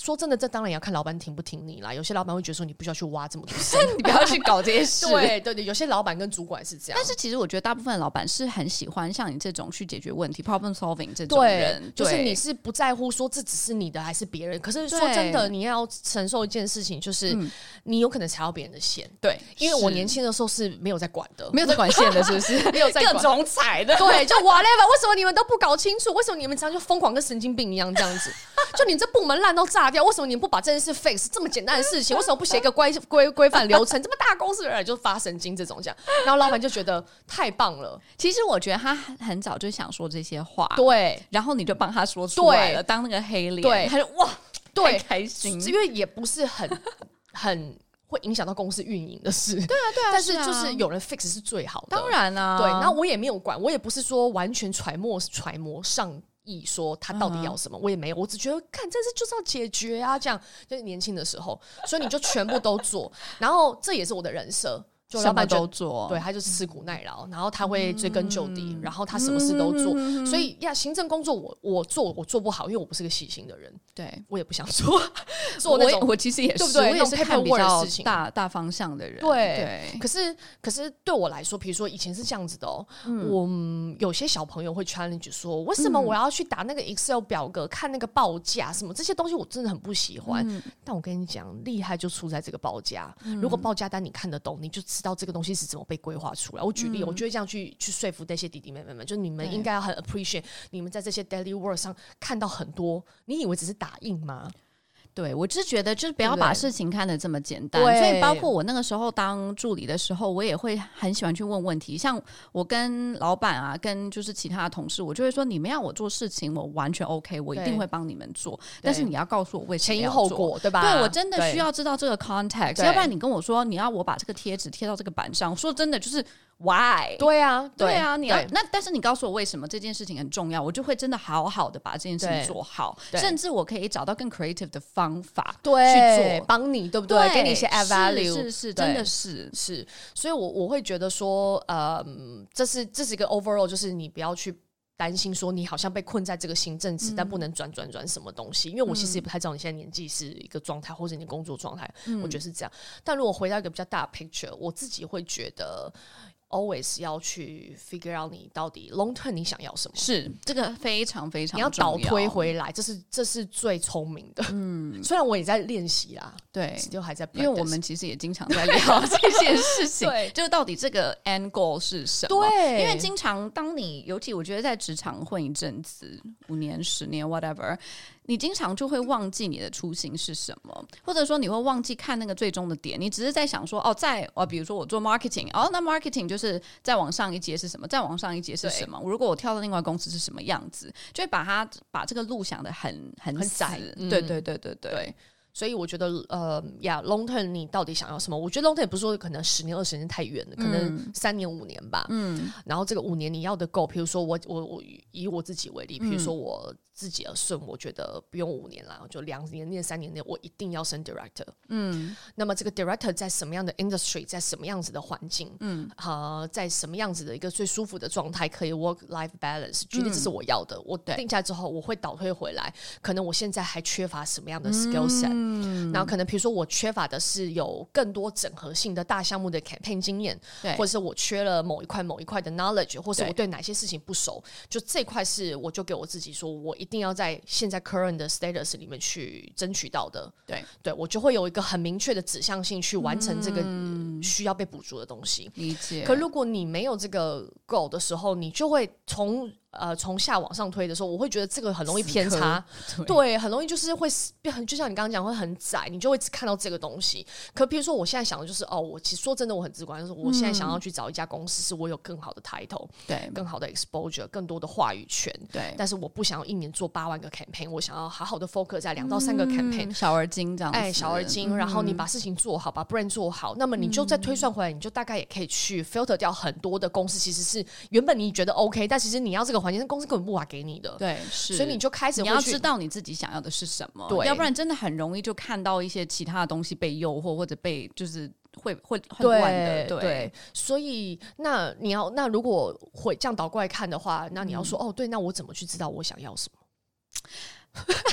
Speaker 1: 说真的，这当然也要看老板听不听你啦。有些老板会觉得说你不需要去挖这么多 [laughs] 深，
Speaker 2: 你不要去搞这些事，
Speaker 1: 对对对，有些老板跟主管是这样，
Speaker 2: [laughs] 但是其实我觉得大部分老板是很喜欢像你这种去解决问题、problem solving 这种
Speaker 1: 对
Speaker 2: 人，，
Speaker 1: 就是
Speaker 2: 对
Speaker 1: 你是不在乎说这只是你的还是别人。可是说
Speaker 2: 对
Speaker 1: 真的，你要承受一件事情，就是
Speaker 2: 嗯
Speaker 1: 你有可能踩到别人的线，
Speaker 2: 对，
Speaker 1: 因为我
Speaker 2: 是
Speaker 1: 年轻的时候是没有在管的，
Speaker 2: 没有在管线的，是不
Speaker 1: [laughs]
Speaker 2: 是？
Speaker 1: 没有在管
Speaker 2: 各。种踩的，
Speaker 1: 对，就 whatever，为什么你们都不搞清楚？为什么你们这样就疯狂跟神经病一样这样子？就你这部门烂到炸掉，为什么你们不把这件事 fix？这么简单的事情，为什么不写一个规规规范流程？这么大公司的人就发神经这种这样，然后老板就觉得太棒了，
Speaker 2: 其实我觉得他很早就想说这些话，
Speaker 1: 对
Speaker 2: 然后你就帮他说出来
Speaker 1: 对
Speaker 2: 了，当那个黑脸，
Speaker 1: 啊对
Speaker 2: 他就哇，
Speaker 1: 对
Speaker 2: 太，开心，
Speaker 1: 因为也不是
Speaker 2: [laughs]
Speaker 1: 很很会影响到公司运营的事。对啊，
Speaker 2: 对啊
Speaker 1: 但是
Speaker 2: 是啊
Speaker 1: 就是有人 fix 是最好的，
Speaker 2: 当。然啊啦、
Speaker 1: 对，然后啊我也没有管，我也不是说完全揣摩揣摩上意说他到底要什么，
Speaker 2: 嗯
Speaker 1: 我也没有，我只觉得看这是就是要解决啊，这样就是年轻的时候，所以你就全部都做，
Speaker 2: [laughs]
Speaker 1: 然后这也是我的人设，就
Speaker 2: 什
Speaker 1: 老
Speaker 2: 么
Speaker 1: 板觉得
Speaker 2: 都做，嗯
Speaker 1: 对，他就是吃苦耐劳，然后他会追根究底，然后他什么事都做，所以呀，行政工作我我做我做不好，因为我不是个细心的人，
Speaker 2: 对。
Speaker 1: 我也不想做 [laughs] 做那
Speaker 2: 我也
Speaker 1: 种
Speaker 2: 我其实也是，
Speaker 1: 对不对
Speaker 2: 我也
Speaker 1: 那
Speaker 2: 是
Speaker 1: 种
Speaker 2: 看比
Speaker 1: paperwork 的
Speaker 2: 较
Speaker 1: 事情
Speaker 2: 大大方向的人，
Speaker 1: 对可是，可是对我来说，比如说以前是这样子的哦、我嗯有些小朋友会 challenge 说，为什么我要去打那个 Excel 表格、看那个报价什么这些东西，我真的很不喜欢。但我跟你讲，厉害就出在这个报价。如果报价单你看得懂，你就知道这个东西是怎么被规划出来。我举例，我就会这样去去说服那些弟弟妹妹们，就是你们
Speaker 2: 对
Speaker 1: 应该要很 appreciate 你们在这些 daily work 上看到很多，你以为只是打印吗？
Speaker 2: 对，我只是觉得就是不
Speaker 1: 对
Speaker 2: 要
Speaker 1: 不
Speaker 2: 把
Speaker 1: 对
Speaker 2: 事情看得这么简单。
Speaker 1: 对
Speaker 2: 所以包括我那个时候当助理的时候，我也会很喜欢去问问题。像我跟老板啊，跟就是其他的同事，我就会说你们要我做事情，我完全 OK，我一定
Speaker 1: 对
Speaker 2: 会帮你们做。但是你要告诉我为什
Speaker 1: 前
Speaker 2: 么
Speaker 1: 因
Speaker 2: 要
Speaker 1: 后
Speaker 2: 做。
Speaker 1: 果，对吧？
Speaker 2: 对，我真的需
Speaker 1: 对
Speaker 2: 要知道这个 context，
Speaker 1: 对
Speaker 2: 要不然你跟我说你要我把这个贴纸贴到这个板上，说真的就是 why？
Speaker 1: 对啊，
Speaker 2: 对啊，你要
Speaker 1: 对
Speaker 2: 那但是你告诉我为什么这件事情很重要，我就会真的好好的把这件事情
Speaker 1: 对
Speaker 2: 做好，
Speaker 1: 对
Speaker 2: 甚至我可以找到更 creative 的方法去
Speaker 1: 对
Speaker 2: 做，
Speaker 1: 帮你，对不对？给你一些 add
Speaker 2: 是
Speaker 1: value，
Speaker 2: 是是，
Speaker 1: 对
Speaker 2: 真的是
Speaker 1: 是，所以我我会觉得说，呃，嗯这是这是一个 overall，就是你不要去担心说你好像被困在这个行政职，但不能转转转什么东西。因为我其实也不太知道你现在年纪是一个状态，或者你的工作状态，我觉得是这样。但如果回到一个比较大的 picture，我自己会觉得 always 要去 figure out 你到底 long term 你想要什么。
Speaker 2: 是这个非常非常
Speaker 1: 你要倒
Speaker 2: 重要
Speaker 1: 推回来，这是这是最聪明的。嗯， [laughs] 虽然我也在练习啦，
Speaker 2: 对。
Speaker 1: 就还在 practice，
Speaker 2: 因为我们其实也经常在聊 [laughs] 这件事情
Speaker 1: [laughs] 对，
Speaker 2: 就是到底这个 end goal 是什么？
Speaker 1: 对
Speaker 2: 因为经常当你，尤其我觉得在职场混一阵子，五年、十年，whatever，你经常就会忘记你的初心是什么，或者说你会忘记看那个最终的点，你只是在想说，哦，在哦，比如说我做 marketing，哦，那 marketing 就是再往上一阶是什么，再往上一阶是
Speaker 1: 对
Speaker 2: 什么？如果我跳到另外公司是什么样子，就会把它把这个路想的很很
Speaker 1: 很
Speaker 2: 死
Speaker 1: 窄
Speaker 2: 对对对对对
Speaker 1: 对，所以我觉得，呃，呀、l o n g term 你到底想要什么？我觉得 long term 不是说可能十年、二十年太远了，可能三年、五年吧。嗯，然后这个五年你要的够，比如说我我我以我自己为例，比如说我自己而顺，我觉得不用五年啦，就两年内、三年内，我一定要升 director。
Speaker 2: 嗯，
Speaker 1: 那么这个 director 在什么样的 industry，在什么样子的环境，嗯，呃，在什么样子的一个最舒服的状态，可以 work life balance，举例这是我要的，我定下来之后，我会倒退回来，可能我现在还缺乏什么样的 skill set，嗯，然后可能比如说我缺乏的是有更多整合性的大项目的 campaign 经验，
Speaker 2: 对
Speaker 1: 或者是我缺了某一块某一块的 knowledge，或是
Speaker 2: 对
Speaker 1: 我对哪些事情不熟，就这块是我就给我自己说，我一定要在现在 current 的 status 里面去争取到的，
Speaker 2: 对，
Speaker 1: 对我就会有一个很明确的指向性去完成这个
Speaker 2: 嗯
Speaker 1: 呃需要被补足的东西。
Speaker 2: 理解。
Speaker 1: 可如果你没有这个 goal 的时候，你就会从呃从下往上推的时候，我会觉得这个很容易偏差，
Speaker 2: 对
Speaker 1: 对，很容易就是会变很，就像你刚刚讲会很窄，你就会只看到这个东西。可比如说我现在想的就是，哦，我其实说真的我很直观，就是我现在想要去找一家公司，是我有更好的 title、
Speaker 2: 对
Speaker 1: 更好的 exposure、更多的话语权，
Speaker 2: 对，
Speaker 1: 但是我不想要一年做八万个 campaign，我想要好好的 focus 在两到三个 campaign，、
Speaker 2: 小而精这样子，
Speaker 1: 哎，小而精，然后你
Speaker 2: 嗯
Speaker 1: 把事情做好，把 brand 做好，那么你就再推算回来，你就大概也可以去 filter 掉很多的公司，其实是原本你觉得 OK，但其实你要这个环节，那公司根本不把给你的，
Speaker 2: 对，是，
Speaker 1: 所以你就开始
Speaker 2: 你
Speaker 1: 会
Speaker 2: 要
Speaker 1: 去
Speaker 2: 知道你自己想要的是什么，
Speaker 1: 对
Speaker 2: 要不然真的很容易就看到一些其他的东西被诱惑或者被就是会会很乱的，
Speaker 1: 对对，所以那你要那如果会这样倒过来看的话，那你要
Speaker 2: 嗯
Speaker 1: 说、哦，对，那我怎么去知道我想要什么？
Speaker 2: [laughs]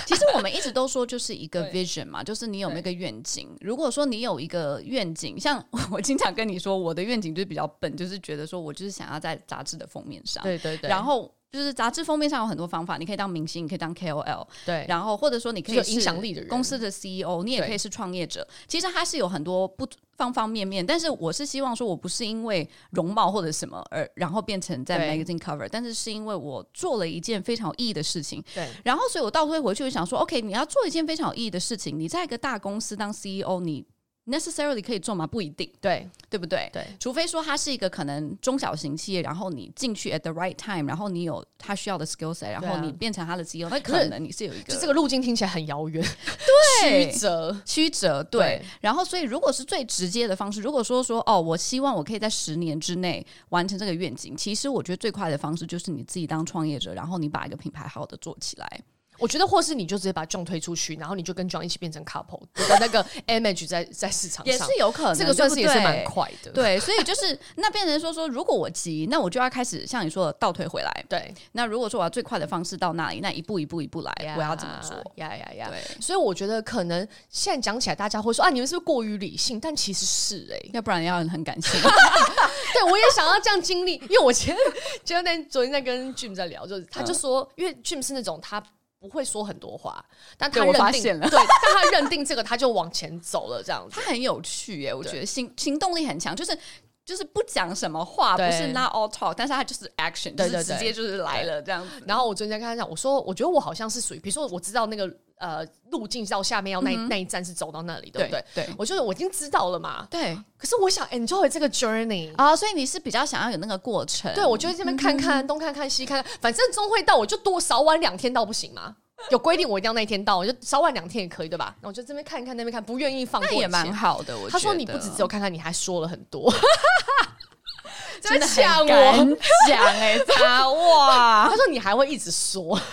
Speaker 2: 其实我们一直都说，就是一个 vision 嘛，就是你有没有一个
Speaker 1: 对
Speaker 2: 愿景。如果说你有一个愿景，像我经常跟你说，我的愿景就是比较笨，就是觉得说我就是想要在杂志的封面上，
Speaker 1: 对对
Speaker 2: 然后就是杂志封面上有很多方法，你可以当明星，你可以当 KOL，
Speaker 1: 对，
Speaker 2: 然后或者说你可以
Speaker 1: 就是有影响力的人
Speaker 2: 公司的 CEO，你也
Speaker 1: 对
Speaker 2: 可以是创业者。其实它是有很多不方方面面，但是我是希望说，我不是因为容貌或者什么而然后变成在
Speaker 1: 对
Speaker 2: magazine cover，但是是因为我做了一件非常有意义的事情。
Speaker 1: 对
Speaker 2: 然后，所以我倒推回去，我想说，OK，你要做一件非常有意义的事情，你在一个大公司当 CEO，你 necessarily 可以做吗？不一定，
Speaker 1: 对
Speaker 2: 对不对？
Speaker 1: 对
Speaker 2: 除非说它是一个可能中小型企业，然后你进去 at the right time，然后你有他需要的 skill set，然
Speaker 1: 对
Speaker 2: 后
Speaker 1: 啊
Speaker 2: 你变成他的 CEO，那
Speaker 1: 可
Speaker 2: 可
Speaker 1: 是
Speaker 2: 能你是有一个
Speaker 1: 就这个路径听起来很遥远，
Speaker 2: 对
Speaker 1: 曲折，
Speaker 2: 曲折，对。
Speaker 1: 对
Speaker 2: 然后，所以如果是最直接的方式，如果说说哦，我希望我可以在十年之内完成这个愿景，其实我觉得最快的方式就是你自己当创业者，然后你把一个品牌好好的做起来。
Speaker 1: 我觉得，或是你就直接把 John 推出去，然后你就跟 John 一起变成 couple，你的那个 image 在在市场
Speaker 2: 也是
Speaker 1: 上，
Speaker 2: 有可能，
Speaker 1: 这个算是
Speaker 2: 对
Speaker 1: 也
Speaker 2: 不
Speaker 1: 是
Speaker 2: 对
Speaker 1: 蛮快
Speaker 2: [laughs]
Speaker 1: 的。
Speaker 2: 对，所以就是那变成说说，如果我急，那我就要开始像你说的倒退回来。
Speaker 1: 对，
Speaker 2: 那如果说我要最快的方式到那里，那一步一步一步来，我要怎么做？
Speaker 1: 哎呀呀呀！
Speaker 2: 对，
Speaker 1: 所以我觉得，可能现在讲起来，大家会说啊，你们是不是过于理性？但其实是哎、
Speaker 2: 要不然要很感谢。
Speaker 1: [laughs] 对我也想要这样经历，因为我前前两天昨天在跟 Jim 在聊，就是他就说，因为 Jim 是那种他不会说很多话，但他
Speaker 2: 对我
Speaker 1: 认定
Speaker 2: 发现了
Speaker 1: 对， [laughs] 但他认定这个他就往前走了这样子。
Speaker 2: 他很有趣耶，我
Speaker 1: 对
Speaker 2: 觉得行行动力很强，就是就是不讲什么话，不
Speaker 1: 对
Speaker 2: 是 not all talk，但是他就是 action，
Speaker 1: 对
Speaker 2: 就
Speaker 1: 对对
Speaker 2: 是直接就是来了这样子。
Speaker 1: 然后我昨天在跟他讲，我说我觉得我好像是属于，比如说我知道那个呃路径到下面要那一、那一站是走到那里，对嗯不对？
Speaker 2: 对对
Speaker 1: 我就是我已经知道了嘛，
Speaker 2: 对
Speaker 1: 可是我想 enjoy 这个 journey。
Speaker 2: 啊，所以你是比较想要有那个过程，
Speaker 1: 对，我就在这边
Speaker 2: 嗯
Speaker 1: 看看、东看看西看看，反正终会到，我就多少晚两天到不行吗？有规定我一定要那一天到，我就少晚两天也可以，对吧？那我就这边看一看，那边看，不愿意放过
Speaker 2: 那也
Speaker 1: 以前
Speaker 2: 蛮好的。我
Speaker 1: 他说
Speaker 2: 觉
Speaker 1: 你不
Speaker 2: 得 [laughs]
Speaker 1: 止只有看看，你还说了很多。在抢我。
Speaker 2: 敢讲哎、 [laughs] 他哇！
Speaker 1: 他说你还会一直说。 [laughs]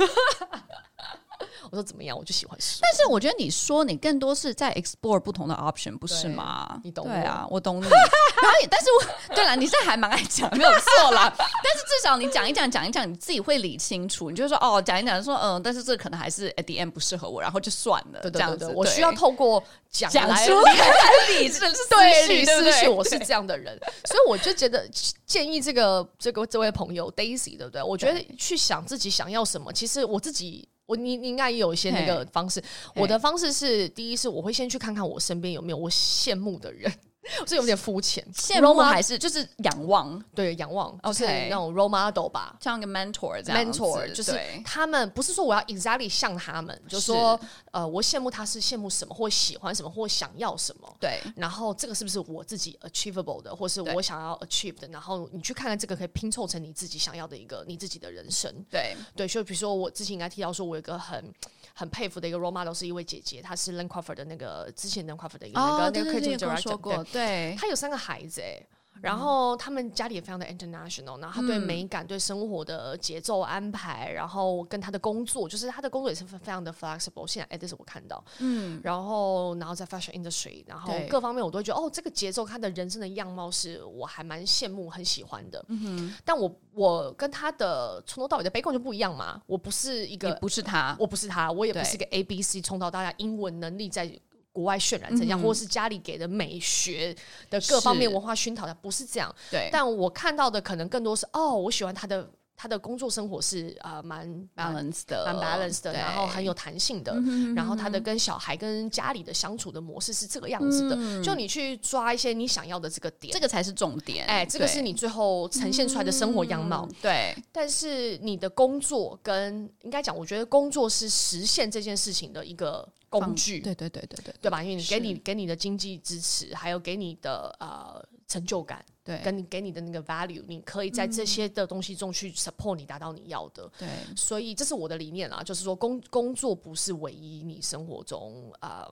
Speaker 1: 我说怎么样？我就喜欢说。
Speaker 2: 但是我觉得你说你更多是在 explore 不同的 option，不是吗？
Speaker 1: 你懂我
Speaker 2: 对啊，我懂你。 [laughs] 然后也，但是我对了，你是还蛮爱讲，没有
Speaker 1: [laughs]
Speaker 2: 错啦。但是至少你讲一讲，讲一讲，你自己会理清楚。你就说哦，讲一讲，说嗯，但是这可能还是 at the end 不适合我，然后就算了，
Speaker 1: 对
Speaker 2: 这
Speaker 1: 对
Speaker 2: 样
Speaker 1: 对
Speaker 2: 子
Speaker 1: 对，。我
Speaker 2: 对
Speaker 1: 需要透过讲
Speaker 2: 讲
Speaker 1: 来
Speaker 2: 出来理智是思
Speaker 1: 对
Speaker 2: 绪，
Speaker 1: 理
Speaker 2: 对不
Speaker 1: 思绪，
Speaker 2: 对？
Speaker 1: 我是这样的 [laughs] 人，所以我就觉得建议这个这个这位朋友 Daisy，对不对？我觉得去想自己想要什么，其实我自己。我你你应该也有一些那个方式，我的方式是第一是我会先去看看我身边有没有我羡慕的人， [laughs] 这有点肤浅，
Speaker 2: 羡
Speaker 1: Role
Speaker 2: 慕
Speaker 1: model-
Speaker 2: 还是就是仰望，
Speaker 1: 对仰望，就是
Speaker 2: OK
Speaker 1: 那种 role model 吧，
Speaker 2: 像一个 mentor 这样子
Speaker 1: mentor，就是
Speaker 2: 对
Speaker 1: 他们不是说我要 exactly 像他们，就是说呃，我羡慕他是羡慕什么，或喜欢什么，或想要什么。
Speaker 2: 对
Speaker 1: 然后这个是不是我自己 achievable 的，或是
Speaker 2: 对
Speaker 1: 我想要 achieve 的？然后你去看看这个可以拼凑成你自己想要的一个你自己的人生。
Speaker 2: 对
Speaker 1: 对，所以比如说我之前应该提到说，我有一个很很佩服的一个 role model 是一位姐姐，她是 Len Crawford 的那个之前 Len Crawford 的一个、
Speaker 2: 哦，
Speaker 1: 那
Speaker 2: 对
Speaker 1: 个那个
Speaker 2: 对对，你
Speaker 1: creative
Speaker 2: 有跟我
Speaker 1: director，
Speaker 2: 说过，嗯对，
Speaker 1: 她有三个孩子哎、然后他们家里也非常的 international，然后她对美感、对生活的节奏安排，然后跟她的工作，就是她的工作也是非常的 flexible。现在 at this 我看到，嗯，然后然后在 fashion industry，然后
Speaker 2: 对
Speaker 1: 各方面我都会觉得哦，这个节奏，她的人生的样貌是我还蛮羡慕、很喜欢的。嗯但我我跟她的从头到尾的 background 就不一样嘛，我不是一
Speaker 2: 你
Speaker 1: 个
Speaker 2: 不是他，
Speaker 1: 我不是他，我也不
Speaker 2: 对
Speaker 1: 是个 A B C 从小到大英文能力在国外渲染
Speaker 2: 嗯
Speaker 1: 成这样，或者是家里给的美学的各方面
Speaker 2: 是
Speaker 1: 文化熏陶的，不是这样。
Speaker 2: 对，
Speaker 1: 但我看到的可能更多是哦，我喜欢他的他的工作生活是啊蛮蛮
Speaker 2: balance 的，
Speaker 1: 蛮 balance 的，
Speaker 2: 对嗯
Speaker 1: 然后很有弹性的，然后他的跟小孩跟家里的相处的模式是这个样子的，就你去抓一些你想要的这个点
Speaker 2: 嗯这。个才是重点。
Speaker 1: 哎，这个
Speaker 2: 对嗯
Speaker 1: 是你最后呈现出来的生活样貌，
Speaker 2: 对
Speaker 1: 但是你的工作跟应该讲，我觉得工作是实现这件事情的一个工具，
Speaker 2: 对对对对对
Speaker 1: 对吧？因为你给你给你的经济支持，还有给你的呃成就感，
Speaker 2: 对嗯
Speaker 1: 跟你给你的那个 value，你可以在这些的东西中去 support 你达到你要的。
Speaker 2: 对
Speaker 1: 所以这是我的理念啦，就是说工工作不是唯一你生活中呃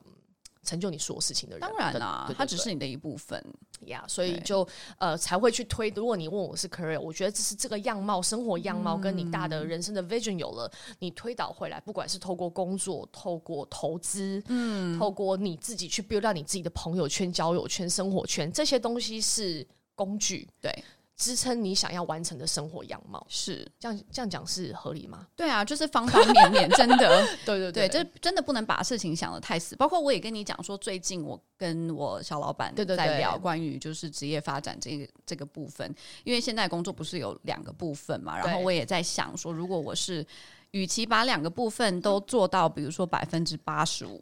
Speaker 1: 成就你所有事情的人，
Speaker 2: 当然
Speaker 1: 对
Speaker 2: 啦
Speaker 1: 对，对
Speaker 2: 它
Speaker 1: 对
Speaker 2: 只是你的一部分。
Speaker 1: 呀所以
Speaker 2: 对
Speaker 1: 就呃才会去推。如果你问我是 career，我觉得这是这个样貌、生活样貌跟你大的人生的 vision 有了，你推导回来，不管是透过工作、透过投资，嗯，透过你自己去 build 到你自己的朋友圈、交友圈、生活圈，这些东西是工具，
Speaker 2: 对，
Speaker 1: 支撑你想要完成的生活样貌。
Speaker 2: 是，
Speaker 1: 这样这样讲是合理吗？
Speaker 2: 对啊，就是方方面面，真的。
Speaker 1: [laughs] 对对
Speaker 2: 对，这真的不能把事情想得太死。包括我也跟你讲说，最近我跟我小老板
Speaker 1: 对对
Speaker 2: 在
Speaker 1: 对
Speaker 2: 聊关于就是职业发展这个这个部分，因为现在工作不是有两个部分嘛，然后
Speaker 1: 对
Speaker 2: 我也在想说，如果我是与其把两个部分都做到，比如说百分之八十五。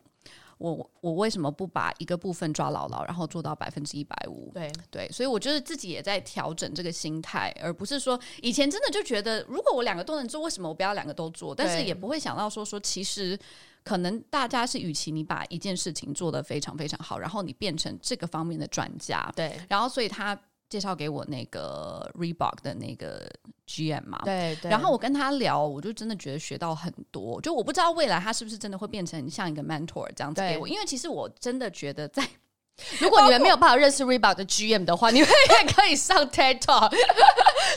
Speaker 2: 我我为什么不把一个部分抓牢牢，然后做到百分之一百五？
Speaker 1: 对
Speaker 2: 对，所以我就是自己也在调整这个心态，而不是说以前真的就觉得，如果我两个都能做，为什么我不要两个都做？但是
Speaker 1: 对
Speaker 2: 也不会想到说说，其实可能大家是，与其你把一件事情做得非常非常好，然后你变成这个方面的专家，
Speaker 1: 对
Speaker 2: 然后所以他介绍给我那个 Reebok 的那个 GM 嘛，
Speaker 1: 对对
Speaker 2: 然后我跟他聊，我就真的觉得学到很多。就我不知道未来他是不是真的会变成像一个 mentor 这样子给
Speaker 1: 对
Speaker 2: 我，因为其实我真的觉得在
Speaker 1: 如果你们没有办法认识 Reebok 的 GM 的话，你们也可以上 TED [laughs] Talk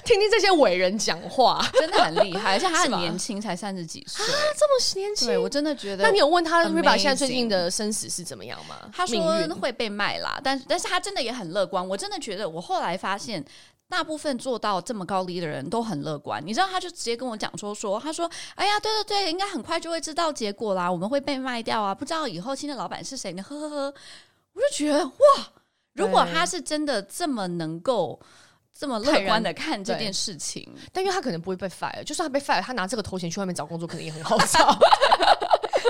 Speaker 1: 听听这些伟人讲话。
Speaker 2: 真的很厉害，而且他
Speaker 1: 是
Speaker 2: 很
Speaker 1: 吧
Speaker 2: 年轻，才三十几岁。
Speaker 1: 这么年轻
Speaker 2: 对，我真的觉得。
Speaker 1: 那你有问他
Speaker 2: Amazing
Speaker 1: Riba 现在最近的生死是怎么样吗？
Speaker 2: 他
Speaker 1: 命
Speaker 2: 说
Speaker 1: 运
Speaker 2: 会被卖啦，但是但是他真的也很乐观。我真的觉得，我后来发现。大部分做到这么高利的人都很乐观，你知道，他就直接跟我讲说说，他说，哎呀，对对对，应该很快就会知道结果啦，我们会被卖掉啊，不知道以后新的老板是谁呢，呵呵呵，我就觉得哇，如果
Speaker 1: 对
Speaker 2: 他是真的这么能够这么乐
Speaker 1: 坦然
Speaker 2: 观的看这
Speaker 1: 对
Speaker 2: 件事情，
Speaker 1: 但因为他可能不会被 fire，就算他被 fire，他拿这个头衔去外面找工作，可能也很好 [laughs] 找。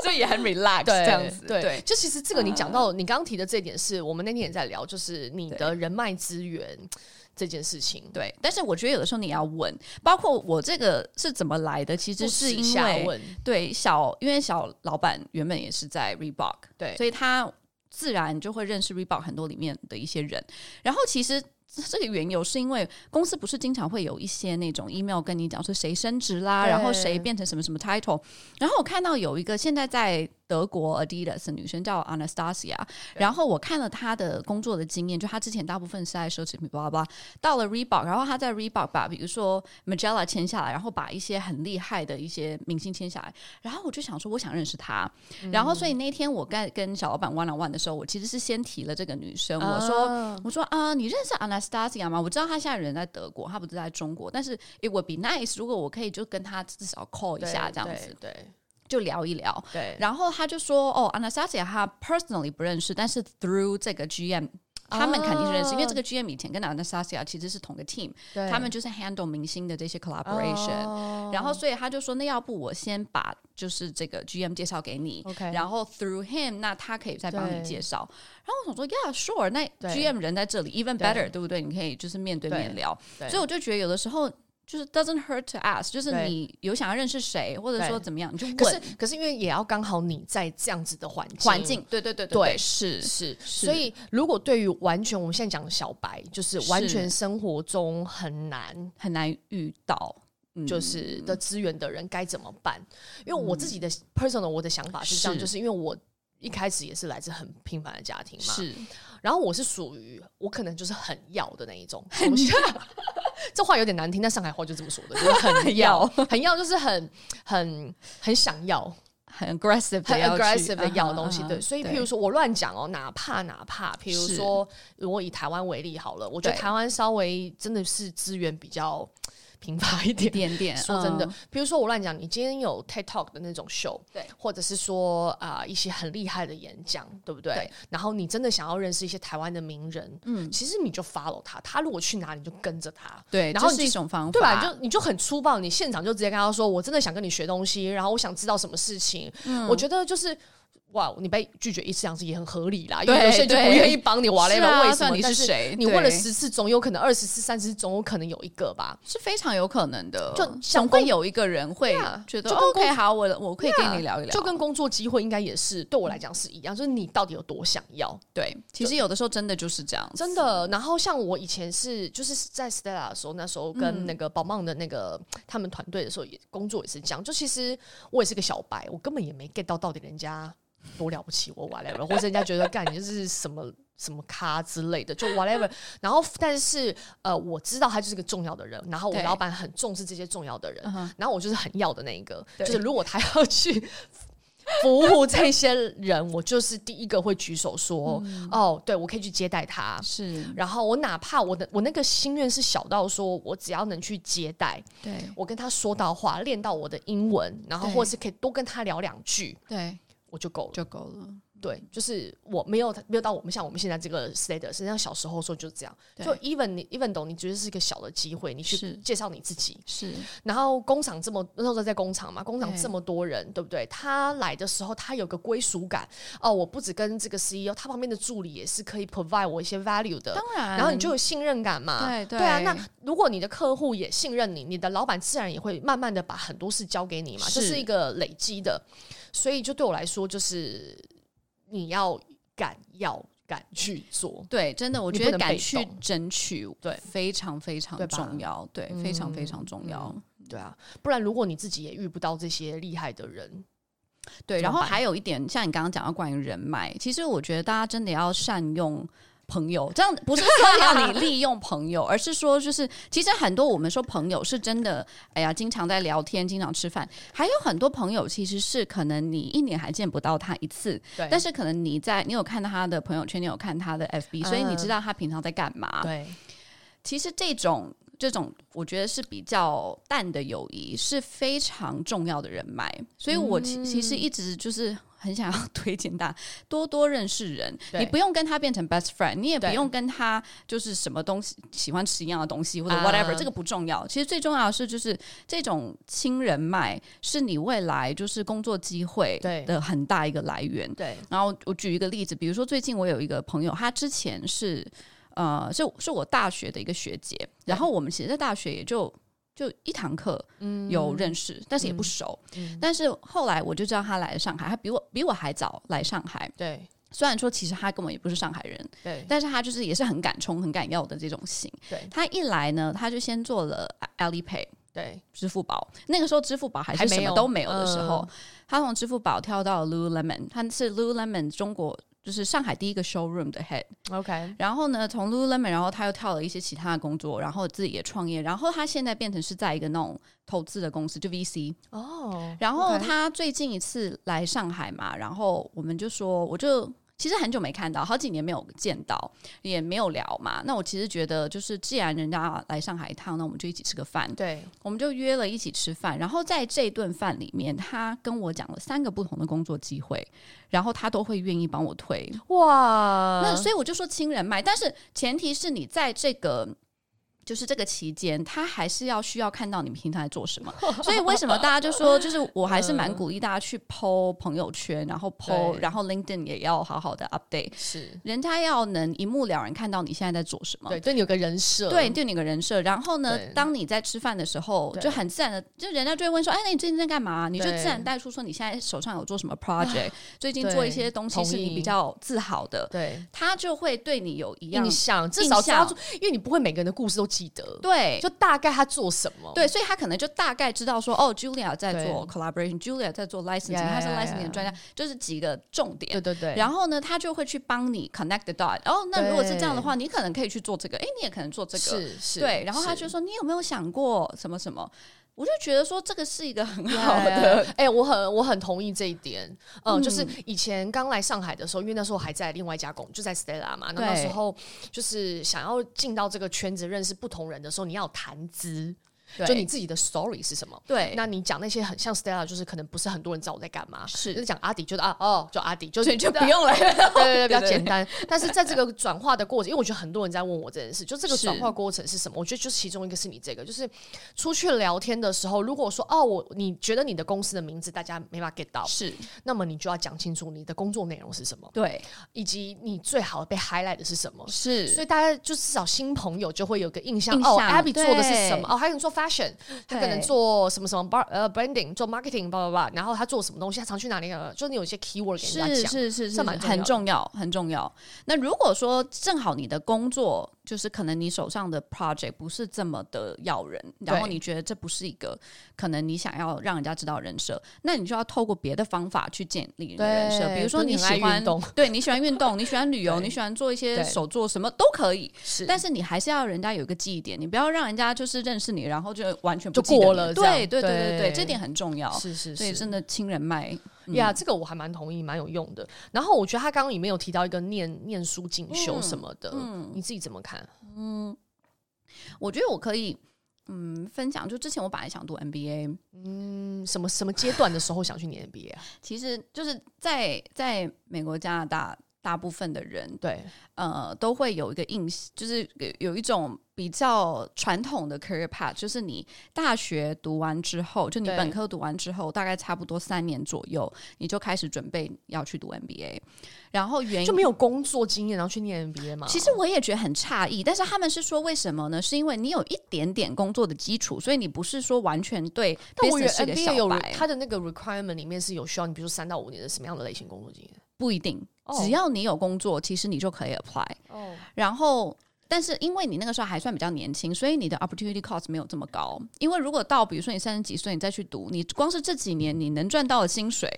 Speaker 2: 所以也很 relax
Speaker 1: 对，
Speaker 2: 这样子，
Speaker 1: 对，嗯
Speaker 2: 对
Speaker 1: 就其实这个你讲到，你刚刚提的这一点是我们那天也在聊，就是你的人脉资源这件事情。
Speaker 2: 对。但是我觉得有的时候你要问，包括我这个是怎么来的，其实
Speaker 1: 不
Speaker 2: 是
Speaker 1: 耻
Speaker 2: 因
Speaker 1: 下
Speaker 2: 为
Speaker 1: 问，
Speaker 2: 对小，因为小老板原本也是在 Reebok，
Speaker 1: 对
Speaker 2: 所以他自然就会认识 Reebok 很多里面的一些人。然后其实 [laughs] 这个缘由是因为公司不是经常会有一些那种 email 跟你讲说谁升职啦，
Speaker 1: 对
Speaker 2: 然后谁变成什么什么 title。然后我看到有一个现在在德国 Adidas 的女生叫 Anastasia，然后我看了她的工作的经验，就她之前大部分是在奢侈品，巴拉巴拉，到了 Reebok，然后她在 Reebok 把比如说 Magella 签下来，然后把一些很厉害的一些明星签下来，然后我就想说，我想认识她，
Speaker 1: 嗯
Speaker 2: 然后所以那天我跟跟小老板 one on one 的时候，我其实是先提了这个女生，我说。
Speaker 1: 啊
Speaker 2: 我说啊、你认识 Anastasia 吗？我知道她现在人在德国，她不是在中国，但是 it would be nice 如果我可以就跟她至少 call 一下这样子，，
Speaker 1: 对对
Speaker 2: 就聊一聊。
Speaker 1: 对，
Speaker 2: 然后他就说，哦，Anastasia 他 personally 不认识，但是 through 这个 GM。
Speaker 1: 啊
Speaker 2: 他们肯定是认识，因为这个 GM 以前跟 Anastasia 其实是同个 team，
Speaker 1: 对
Speaker 2: 他们就是 handle 明星的这些 collaboration，、
Speaker 1: 哦
Speaker 2: 然后所以他就说，那要不我先把就是这个 GM 介绍给你
Speaker 1: OK
Speaker 2: 然后 through him，那他可以再帮
Speaker 1: 对
Speaker 2: 你介绍。然后我想说，Yeah sure，那
Speaker 1: 对
Speaker 2: GM 人在这里，even
Speaker 1: 对
Speaker 2: better，对不对？你可以就是面对面
Speaker 1: 对
Speaker 2: 聊。
Speaker 1: 对
Speaker 2: 所以我就觉得有的时候就是 doesn't hurt to ask，就是
Speaker 1: 对
Speaker 2: 你有想要认识谁，或者说
Speaker 1: 对
Speaker 2: 怎么样，你就问。
Speaker 1: 可是可是因为也要刚好你在这样子的环境
Speaker 2: 环境，对对对
Speaker 1: 对
Speaker 2: 对，是
Speaker 1: 是，所以如果对于完全我们现在讲的小白，就是完全生活中很难
Speaker 2: 很难遇到，嗯
Speaker 1: 就是的资源的人该怎么办？因为我自己的 personal 我的想法嗯是这样，
Speaker 2: 是
Speaker 1: 就是因为我。一开始也是来自很平凡的家庭嘛， [laughs]
Speaker 2: 是
Speaker 1: 然后我是属于我可能就是很要的那一种，从小 [laughs] 这话有点难听，但上海话就这么说的，就是 [laughs] 很要，很要就是很很很想要，
Speaker 2: 很 aggressive
Speaker 1: 很
Speaker 2: 的要去
Speaker 1: aggressive 的
Speaker 2: 嗯哼
Speaker 1: 咬东西，
Speaker 2: 嗯哼
Speaker 1: 对，所以譬如说我乱讲哦，哪怕哪怕，譬如
Speaker 2: 是
Speaker 1: 说如果以台湾为例好了，我觉得
Speaker 2: 对
Speaker 1: 台湾稍微真的是资源比较贫乏一
Speaker 2: 一
Speaker 1: 点。
Speaker 2: 点
Speaker 1: [laughs]
Speaker 2: 点，
Speaker 1: 说真的
Speaker 2: 嗯，，
Speaker 1: 比如说我乱讲，你今天有 TED Talk 的那种秀，
Speaker 2: 对，
Speaker 1: 或者是说啊、一些很厉害的演讲，对不对？
Speaker 2: 对
Speaker 1: 然后你真的想要认识一些台湾的名人，嗯，其实你就 follow 他，他如果去哪你就跟着他，
Speaker 2: 对，
Speaker 1: 然后
Speaker 2: 这
Speaker 1: 你
Speaker 2: 是一种方法，
Speaker 1: 对吧？你就你就很粗暴，你现场就直接跟他说：“我真的想跟你学东西，然后我想知道什么事情。
Speaker 2: 嗯
Speaker 1: 我觉得就是。哇，你被拒绝一次两次也很合理啦，因为
Speaker 2: 对
Speaker 1: 有些人就不
Speaker 2: 对
Speaker 1: 愿意帮你，哇嘞
Speaker 2: 是啊
Speaker 1: 吧？为什
Speaker 2: 算
Speaker 1: 么？
Speaker 2: 你
Speaker 1: 但
Speaker 2: 是谁
Speaker 1: 你问了
Speaker 2: 对
Speaker 1: 十次，总有可能二十次、三十次，总有可能有一个吧。
Speaker 2: 是非常有可能的，
Speaker 1: 就像
Speaker 2: 总会有一个人会
Speaker 1: Yeah，
Speaker 2: 觉得
Speaker 1: 就跟
Speaker 2: OK，好，我我可以跟你聊一聊，
Speaker 1: 就跟工作机会应该也是对我来讲是一样，就是你到底有多想要，
Speaker 2: 对，其实有的时候真的就是这样子，
Speaker 1: 真的。然后像我以前是就是在 Stella 的时候，那时候跟那个宝曼的那个他们团队的时候也工作也是这样，就其实我也是个小白，我根本也没 get 到到底人家多了不起，我 whatever，或者
Speaker 2: [laughs]
Speaker 1: 人家觉得干你就是什么。什么咖之类的，就 whatever。然后，但是呃，我知道他就是个重要的人，然后我
Speaker 2: 对
Speaker 1: 老板很重视这些重要的人，
Speaker 2: 嗯哼，
Speaker 1: 然后我就是很要的那一个，就
Speaker 2: 对
Speaker 1: 是如果他要去 [laughs] 服务这些人，我就是第一个会举手说，
Speaker 2: 嗯
Speaker 1: 哦，对我可以去接待
Speaker 2: 啊
Speaker 1: 他。
Speaker 2: 是
Speaker 1: 然后我哪怕我的我那个心愿是小到说，我只要能去接待，
Speaker 2: 对
Speaker 1: 我跟他说到话，练到我的英文，然后
Speaker 2: 对
Speaker 1: 或是可以多跟他聊两句，
Speaker 2: 对
Speaker 1: 我就够了。
Speaker 2: 就够了，
Speaker 1: 对，就是我没有没有到我们像我们现在这个 status，实际上小时候的时候就是这样。
Speaker 2: 对
Speaker 1: 就 even 你 even 懂，你觉得是一个小的机会，你去
Speaker 2: 是
Speaker 1: 介绍你自己，
Speaker 2: 是
Speaker 1: 然后工厂这么那时候在工厂嘛，工厂
Speaker 2: 对
Speaker 1: 这么多人，对不对？他来的时候，他有个归属感哦。我不止跟这个 CEO，他旁边的助理也是可以 provide 我一些 value 的
Speaker 2: 当，然，
Speaker 1: 呃然后你就有信任感嘛。
Speaker 2: 对
Speaker 1: 对啊，
Speaker 2: 对
Speaker 1: 那如果你的客户也信任你，你的老板自然也会慢慢的把很多事交给你嘛，
Speaker 2: 是
Speaker 1: 这是一个累积的。所以就对我来说，就是你要敢要敢去做，
Speaker 2: 对，真的，我
Speaker 1: 你
Speaker 2: 觉
Speaker 1: 不
Speaker 2: 得
Speaker 1: 能
Speaker 2: 敢
Speaker 1: 被
Speaker 2: 去
Speaker 1: 动
Speaker 2: 争取，
Speaker 1: 对
Speaker 2: 非常非常
Speaker 1: 对吧嗯
Speaker 2: 重要，对，非常非常重要。
Speaker 1: 对啊，不然如果你自己也遇不到这些厉害的人，
Speaker 2: 对，
Speaker 1: 怎
Speaker 2: 然
Speaker 1: 么
Speaker 2: 后
Speaker 1: 办
Speaker 2: 还有一点，像你刚刚讲到关于人脉，其实我觉得大家真的要善用。朋友，这样不是说要你利用朋友，而是说就是，其实很多我们说朋友是真的，哎呀，经常在聊天，经常吃饭，还有很多朋友其实是可能你一年还见不到他一次，
Speaker 1: 对
Speaker 2: 但是可能你在你有看到他的朋友圈，你有看他的 FB，所以你
Speaker 1: 嗯
Speaker 2: 知道他平常在干嘛。
Speaker 1: 对
Speaker 2: 其实这种这种，我觉得是比较淡的友谊，是非常重要的人脉。所以我其其实
Speaker 1: 嗯
Speaker 2: 一直就是很想要 [laughs] 推荐大家多多认识人。
Speaker 1: 对
Speaker 2: 你不用跟他变成 best friend，你也不
Speaker 1: 对
Speaker 2: 用跟他就是什么东西喜欢吃一样的东西或者
Speaker 1: 啊
Speaker 2: whatever，、这个不重要。其实最重要的是，就是这种亲人脉是你未来就是工作机会
Speaker 1: 对
Speaker 2: 的很大一个来源。
Speaker 1: 对，
Speaker 2: 然后我举一个例子，比如说最近我有一个朋友，他之前是呃是是我大学的一个学姐，然后我们其实在大学也就就一堂课
Speaker 1: 嗯
Speaker 2: 有认识，但是也不熟。但是后来我就知道他来了上海，他比我比我还早来上海。
Speaker 1: 对
Speaker 2: 虽然说其实他根本也不是上海人，
Speaker 1: 对
Speaker 2: 但是他就是也是很敢冲、很敢要的这种型。
Speaker 1: 对
Speaker 2: 他一来呢，他就先做了 Alipay。
Speaker 1: 对，
Speaker 2: 支付宝，那个时候支付宝还是
Speaker 1: 还没
Speaker 2: 什么
Speaker 1: 有
Speaker 2: 都没有的时候，
Speaker 1: 嗯
Speaker 2: 他从支付宝跳到 Lululemon，他是 Lululemon 中国就是上海第一个 showroom 的 head，
Speaker 1: ，OK，
Speaker 2: 然后呢，从 Lululemon，然后他又跳了一些其他的工作，然后自己也创业，然后他现在变成是在一个那种投资的公司，就 VC。
Speaker 1: 哦，
Speaker 2: 然后
Speaker 1: OK
Speaker 2: 他最近一次来上海嘛，然后我们就说，我就其实很久没看到，好几年没有见到，也没有聊嘛。那我其实觉得，就是既然人家来上海一趟，那我们就一起吃个饭。
Speaker 1: 对，
Speaker 2: 我们就约了一起吃饭，然后在这顿饭里面，他跟我讲了三个不同的工作机会，然后他都会愿意帮我推。
Speaker 1: 哇，
Speaker 2: 那所以我就说亲人脉，但是前提是你在这个。就是这个期间，他还是要需要看到你平常在
Speaker 1: [laughs]
Speaker 2: 做什么，所以为什么大家就说，就是我还是蛮鼓励大家去 PO 朋友圈，然后 PO，
Speaker 1: 嗯对
Speaker 2: 然后 LinkedIn 也要好好的 update，
Speaker 1: 是
Speaker 2: 人家要能一目了然看到你现在在做什么。
Speaker 1: 哦对，对你有个人设，
Speaker 2: 对，对你个人设。然后呢
Speaker 1: 对，
Speaker 2: 当你在吃饭的时候，
Speaker 1: 对
Speaker 2: 就很自然的，就人家就会问说：“哎，那你最近在干嘛？”你就
Speaker 1: 对
Speaker 2: 自然带出说你现在手上有做什么
Speaker 1: [laughs]
Speaker 2: project，最近
Speaker 1: 对
Speaker 2: 做一些东西
Speaker 1: 同
Speaker 2: 是你
Speaker 1: 意
Speaker 2: 比较自豪的，
Speaker 1: 对，
Speaker 2: 他就会对你有一样
Speaker 1: 印象至
Speaker 2: 印
Speaker 1: 少抓
Speaker 2: 象
Speaker 1: 住，因为你不会每个人的故事都记得，
Speaker 2: 对
Speaker 1: 就大概他做什么，
Speaker 2: 对，所以他可能就大概知道说，哦，Julia 在做
Speaker 1: 对
Speaker 2: collaboration，Julia 在做 licensing，
Speaker 1: 呀
Speaker 2: 他是
Speaker 1: 呀
Speaker 2: licensing 的
Speaker 1: 呀
Speaker 2: 专家，就是几个重点
Speaker 1: 对。对对，后
Speaker 2: 然后呢，他就会去帮你 connect the dot。哦，那如果是这样的
Speaker 1: 对
Speaker 2: 话，你可能可以去做这个，哎，你也可能做这个，
Speaker 1: 是是，
Speaker 2: 对，然后他
Speaker 1: 是
Speaker 2: 就说：“你有没有想过什么什么？”我就觉得说这个是一个很好
Speaker 1: 好的
Speaker 2: 的，，
Speaker 1: 哎、我很我很同意这一点。嗯，
Speaker 2: 嗯
Speaker 1: 就是以前刚来上海的时候，因为那时候还在另外一家公，就在 Stella 嘛。那
Speaker 2: 对
Speaker 1: 那时候就是想要进到这个圈子，认识不同人的时候，你要有谈资，
Speaker 2: [laughs]
Speaker 1: 就你自己的 story 是什么。
Speaker 2: 对
Speaker 1: 那你讲那些很像 Stella，就是可能不是很多人知道我在干嘛。
Speaker 2: 是
Speaker 1: 就是讲阿迪，就是啊哦，就阿迪，就是就
Speaker 2: 不用了。
Speaker 1: [laughs] 对对对，比较
Speaker 2: 对对
Speaker 1: 简单。但是在这个转化的过程，因为我觉得很多人在问我这件事，就这个转化过程是什么？我觉得就是其中一个是你这个，就是出去聊天的时候，如果说哦，我你觉得你的公司的名字大家没办法 get 到，
Speaker 2: [laughs] 是，
Speaker 1: 那么你就要讲清楚你的工作内容是什么，
Speaker 2: 对，
Speaker 1: 以及你最好被 highlight 的是什么。所
Speaker 2: 是，
Speaker 1: 以大家就至少新朋友就会有个印象
Speaker 2: 印
Speaker 1: 哦
Speaker 2: 象
Speaker 1: ，Abby 做的是
Speaker 2: 对
Speaker 1: 什么？哦，他可能做 fashion，他可能
Speaker 2: 对
Speaker 1: 做什么什么 bar 呃 branding，做 marketing，叭叭叭，然后他做什么东西，他常去哪里？呃就是你有一些 keyword 给人家
Speaker 2: 是
Speaker 1: 讲，
Speaker 2: 是是
Speaker 1: 这
Speaker 2: 是，
Speaker 1: 蛮重要
Speaker 2: 很
Speaker 1: 的
Speaker 2: 重要，很重要。那如果说正好你的工作就是可能你手上的 project 不是这么的要人，然后
Speaker 1: 对
Speaker 2: 你觉得这不是一个可能你想要让人家知道的人设，那你就要透过别的方法去建立你的人设，
Speaker 1: 对
Speaker 2: 比如说
Speaker 1: 就是
Speaker 2: 你
Speaker 1: 你很爱
Speaker 2: 喜欢
Speaker 1: 运动，
Speaker 2: 对你喜欢运动，你喜欢旅游，你喜欢做一些
Speaker 1: [laughs] 对
Speaker 2: 手作，什么都可以。
Speaker 1: 是
Speaker 2: 但是你还是要人家有一个记忆点，你不要让人家就是认识你，然后就完全不
Speaker 1: 就
Speaker 2: 记得
Speaker 1: 过
Speaker 2: 你
Speaker 1: 了这样
Speaker 2: 对对对对对，
Speaker 1: 对
Speaker 2: 这点很重要。
Speaker 1: 是是是，
Speaker 2: 所以真的嗯亲人脉，
Speaker 1: 呀这个我还蛮同意，蛮有用的。然后我觉得他刚刚里面有提到一个念念书进
Speaker 2: 嗯
Speaker 1: 修什么的，你自己怎么看？
Speaker 2: 我觉得我可以嗯分享。就之前我本来想读 MBA，
Speaker 1: 嗯，什么什么阶段的时候想去念 MBA？、啊、
Speaker 2: 其实就是在在美国、加拿大，大部分的人
Speaker 1: 对，
Speaker 2: 呃都会有一个印，就是有有一种比较传统的 career path，就是你大学读完之后，就你
Speaker 1: 对
Speaker 2: 本科读完之后，大概差不多三年左右，你就开始准备要去读 MBA，然后原因
Speaker 1: 就没有工作经验，然后去念 MBA 嘛？
Speaker 2: 哎其实我也觉得很诧异，但是他们是说为什么呢？是因为你有一点点工作的基础，所以你不是说完全对
Speaker 1: 但我觉得
Speaker 2: business 是个
Speaker 1: MBA 有
Speaker 2: 小
Speaker 1: re-
Speaker 2: 白，
Speaker 1: 它的那个 requirement 里面是有需要你，比如说三到五年的什么样的类型工作经验？
Speaker 2: 不一定
Speaker 1: 哦。
Speaker 2: 只要你有工作，其实你就可以 apply。
Speaker 1: 哦，
Speaker 2: 然后，但是因为你那个时候还算比较年轻，所以你的 opportunity cost 没有这么高。因为如果到比如说你三十几岁，你再去读，你光是这几年你能赚到的薪水，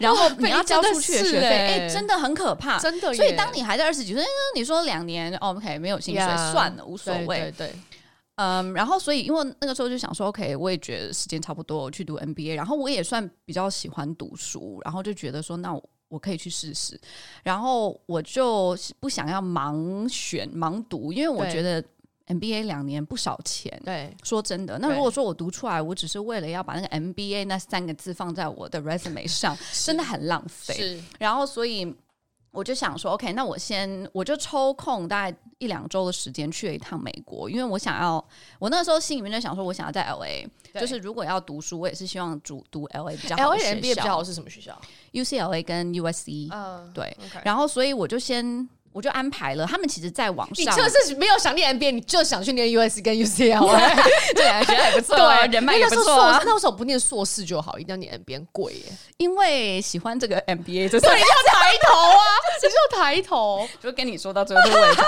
Speaker 2: 然后你
Speaker 1: 被
Speaker 2: 要
Speaker 1: 你
Speaker 2: 交
Speaker 1: 哦真
Speaker 2: 出
Speaker 1: 的
Speaker 2: 去的
Speaker 1: 是
Speaker 2: 学费，
Speaker 1: 欸
Speaker 2: 哎，真的很可怕。
Speaker 1: 真的耶，
Speaker 2: 所以当你还在二十几岁，嗯你说两年哦 OK 没有薪水
Speaker 1: Yeah，
Speaker 2: 算了，无所
Speaker 1: 对
Speaker 2: 谓。
Speaker 1: 对对，
Speaker 2: 嗯，然后所以因为那个时候就想说，OK，我也觉得时间差不多，我去读 MBA，然后我也算比较喜欢读书，然后就觉得说，那我我可以去试试。然后我就不想要盲选盲读，因为我
Speaker 1: 对
Speaker 2: 觉得 MBA 两年不少钱。
Speaker 1: 对
Speaker 2: 说真的，那
Speaker 1: 对
Speaker 2: 如果说我读出来，我只是为了要把那个 MBA 那三个字放在我的
Speaker 1: [laughs]
Speaker 2: resume 上，真的很浪费。
Speaker 1: 是
Speaker 2: 然后所以我就想说，OK，那我先我就抽空大概一两周的时间去了一趟美国，因为我想要，我那时候心里面就想说，我想要在 LA，
Speaker 1: 对
Speaker 2: 就是如果要读书，我也是希望主读 LA 比较好
Speaker 1: L
Speaker 2: 的
Speaker 1: A
Speaker 2: 学校
Speaker 1: MBA 比较好是什么学校？
Speaker 2: UCLA 跟 USC，、
Speaker 1: 嗯，
Speaker 2: 对
Speaker 1: OK
Speaker 2: 然后所以我就先我就安排了，他们其实在网
Speaker 1: 你
Speaker 2: 上
Speaker 1: 就是没有想念 MBA，你就想去念 US 跟 [laughs] UCLA。
Speaker 2: 这两个学校也不错哦，人脉也
Speaker 1: 那
Speaker 2: 不
Speaker 1: 时候
Speaker 2: 错啊
Speaker 1: 硕，那时候不念硕士就好，一定要念 MBA 贵 [laughs] 耶，
Speaker 2: 因为喜欢这个 MBA，就是
Speaker 1: 抬头啊，谁叫抬头？
Speaker 2: [laughs] 就跟你说到最后都为止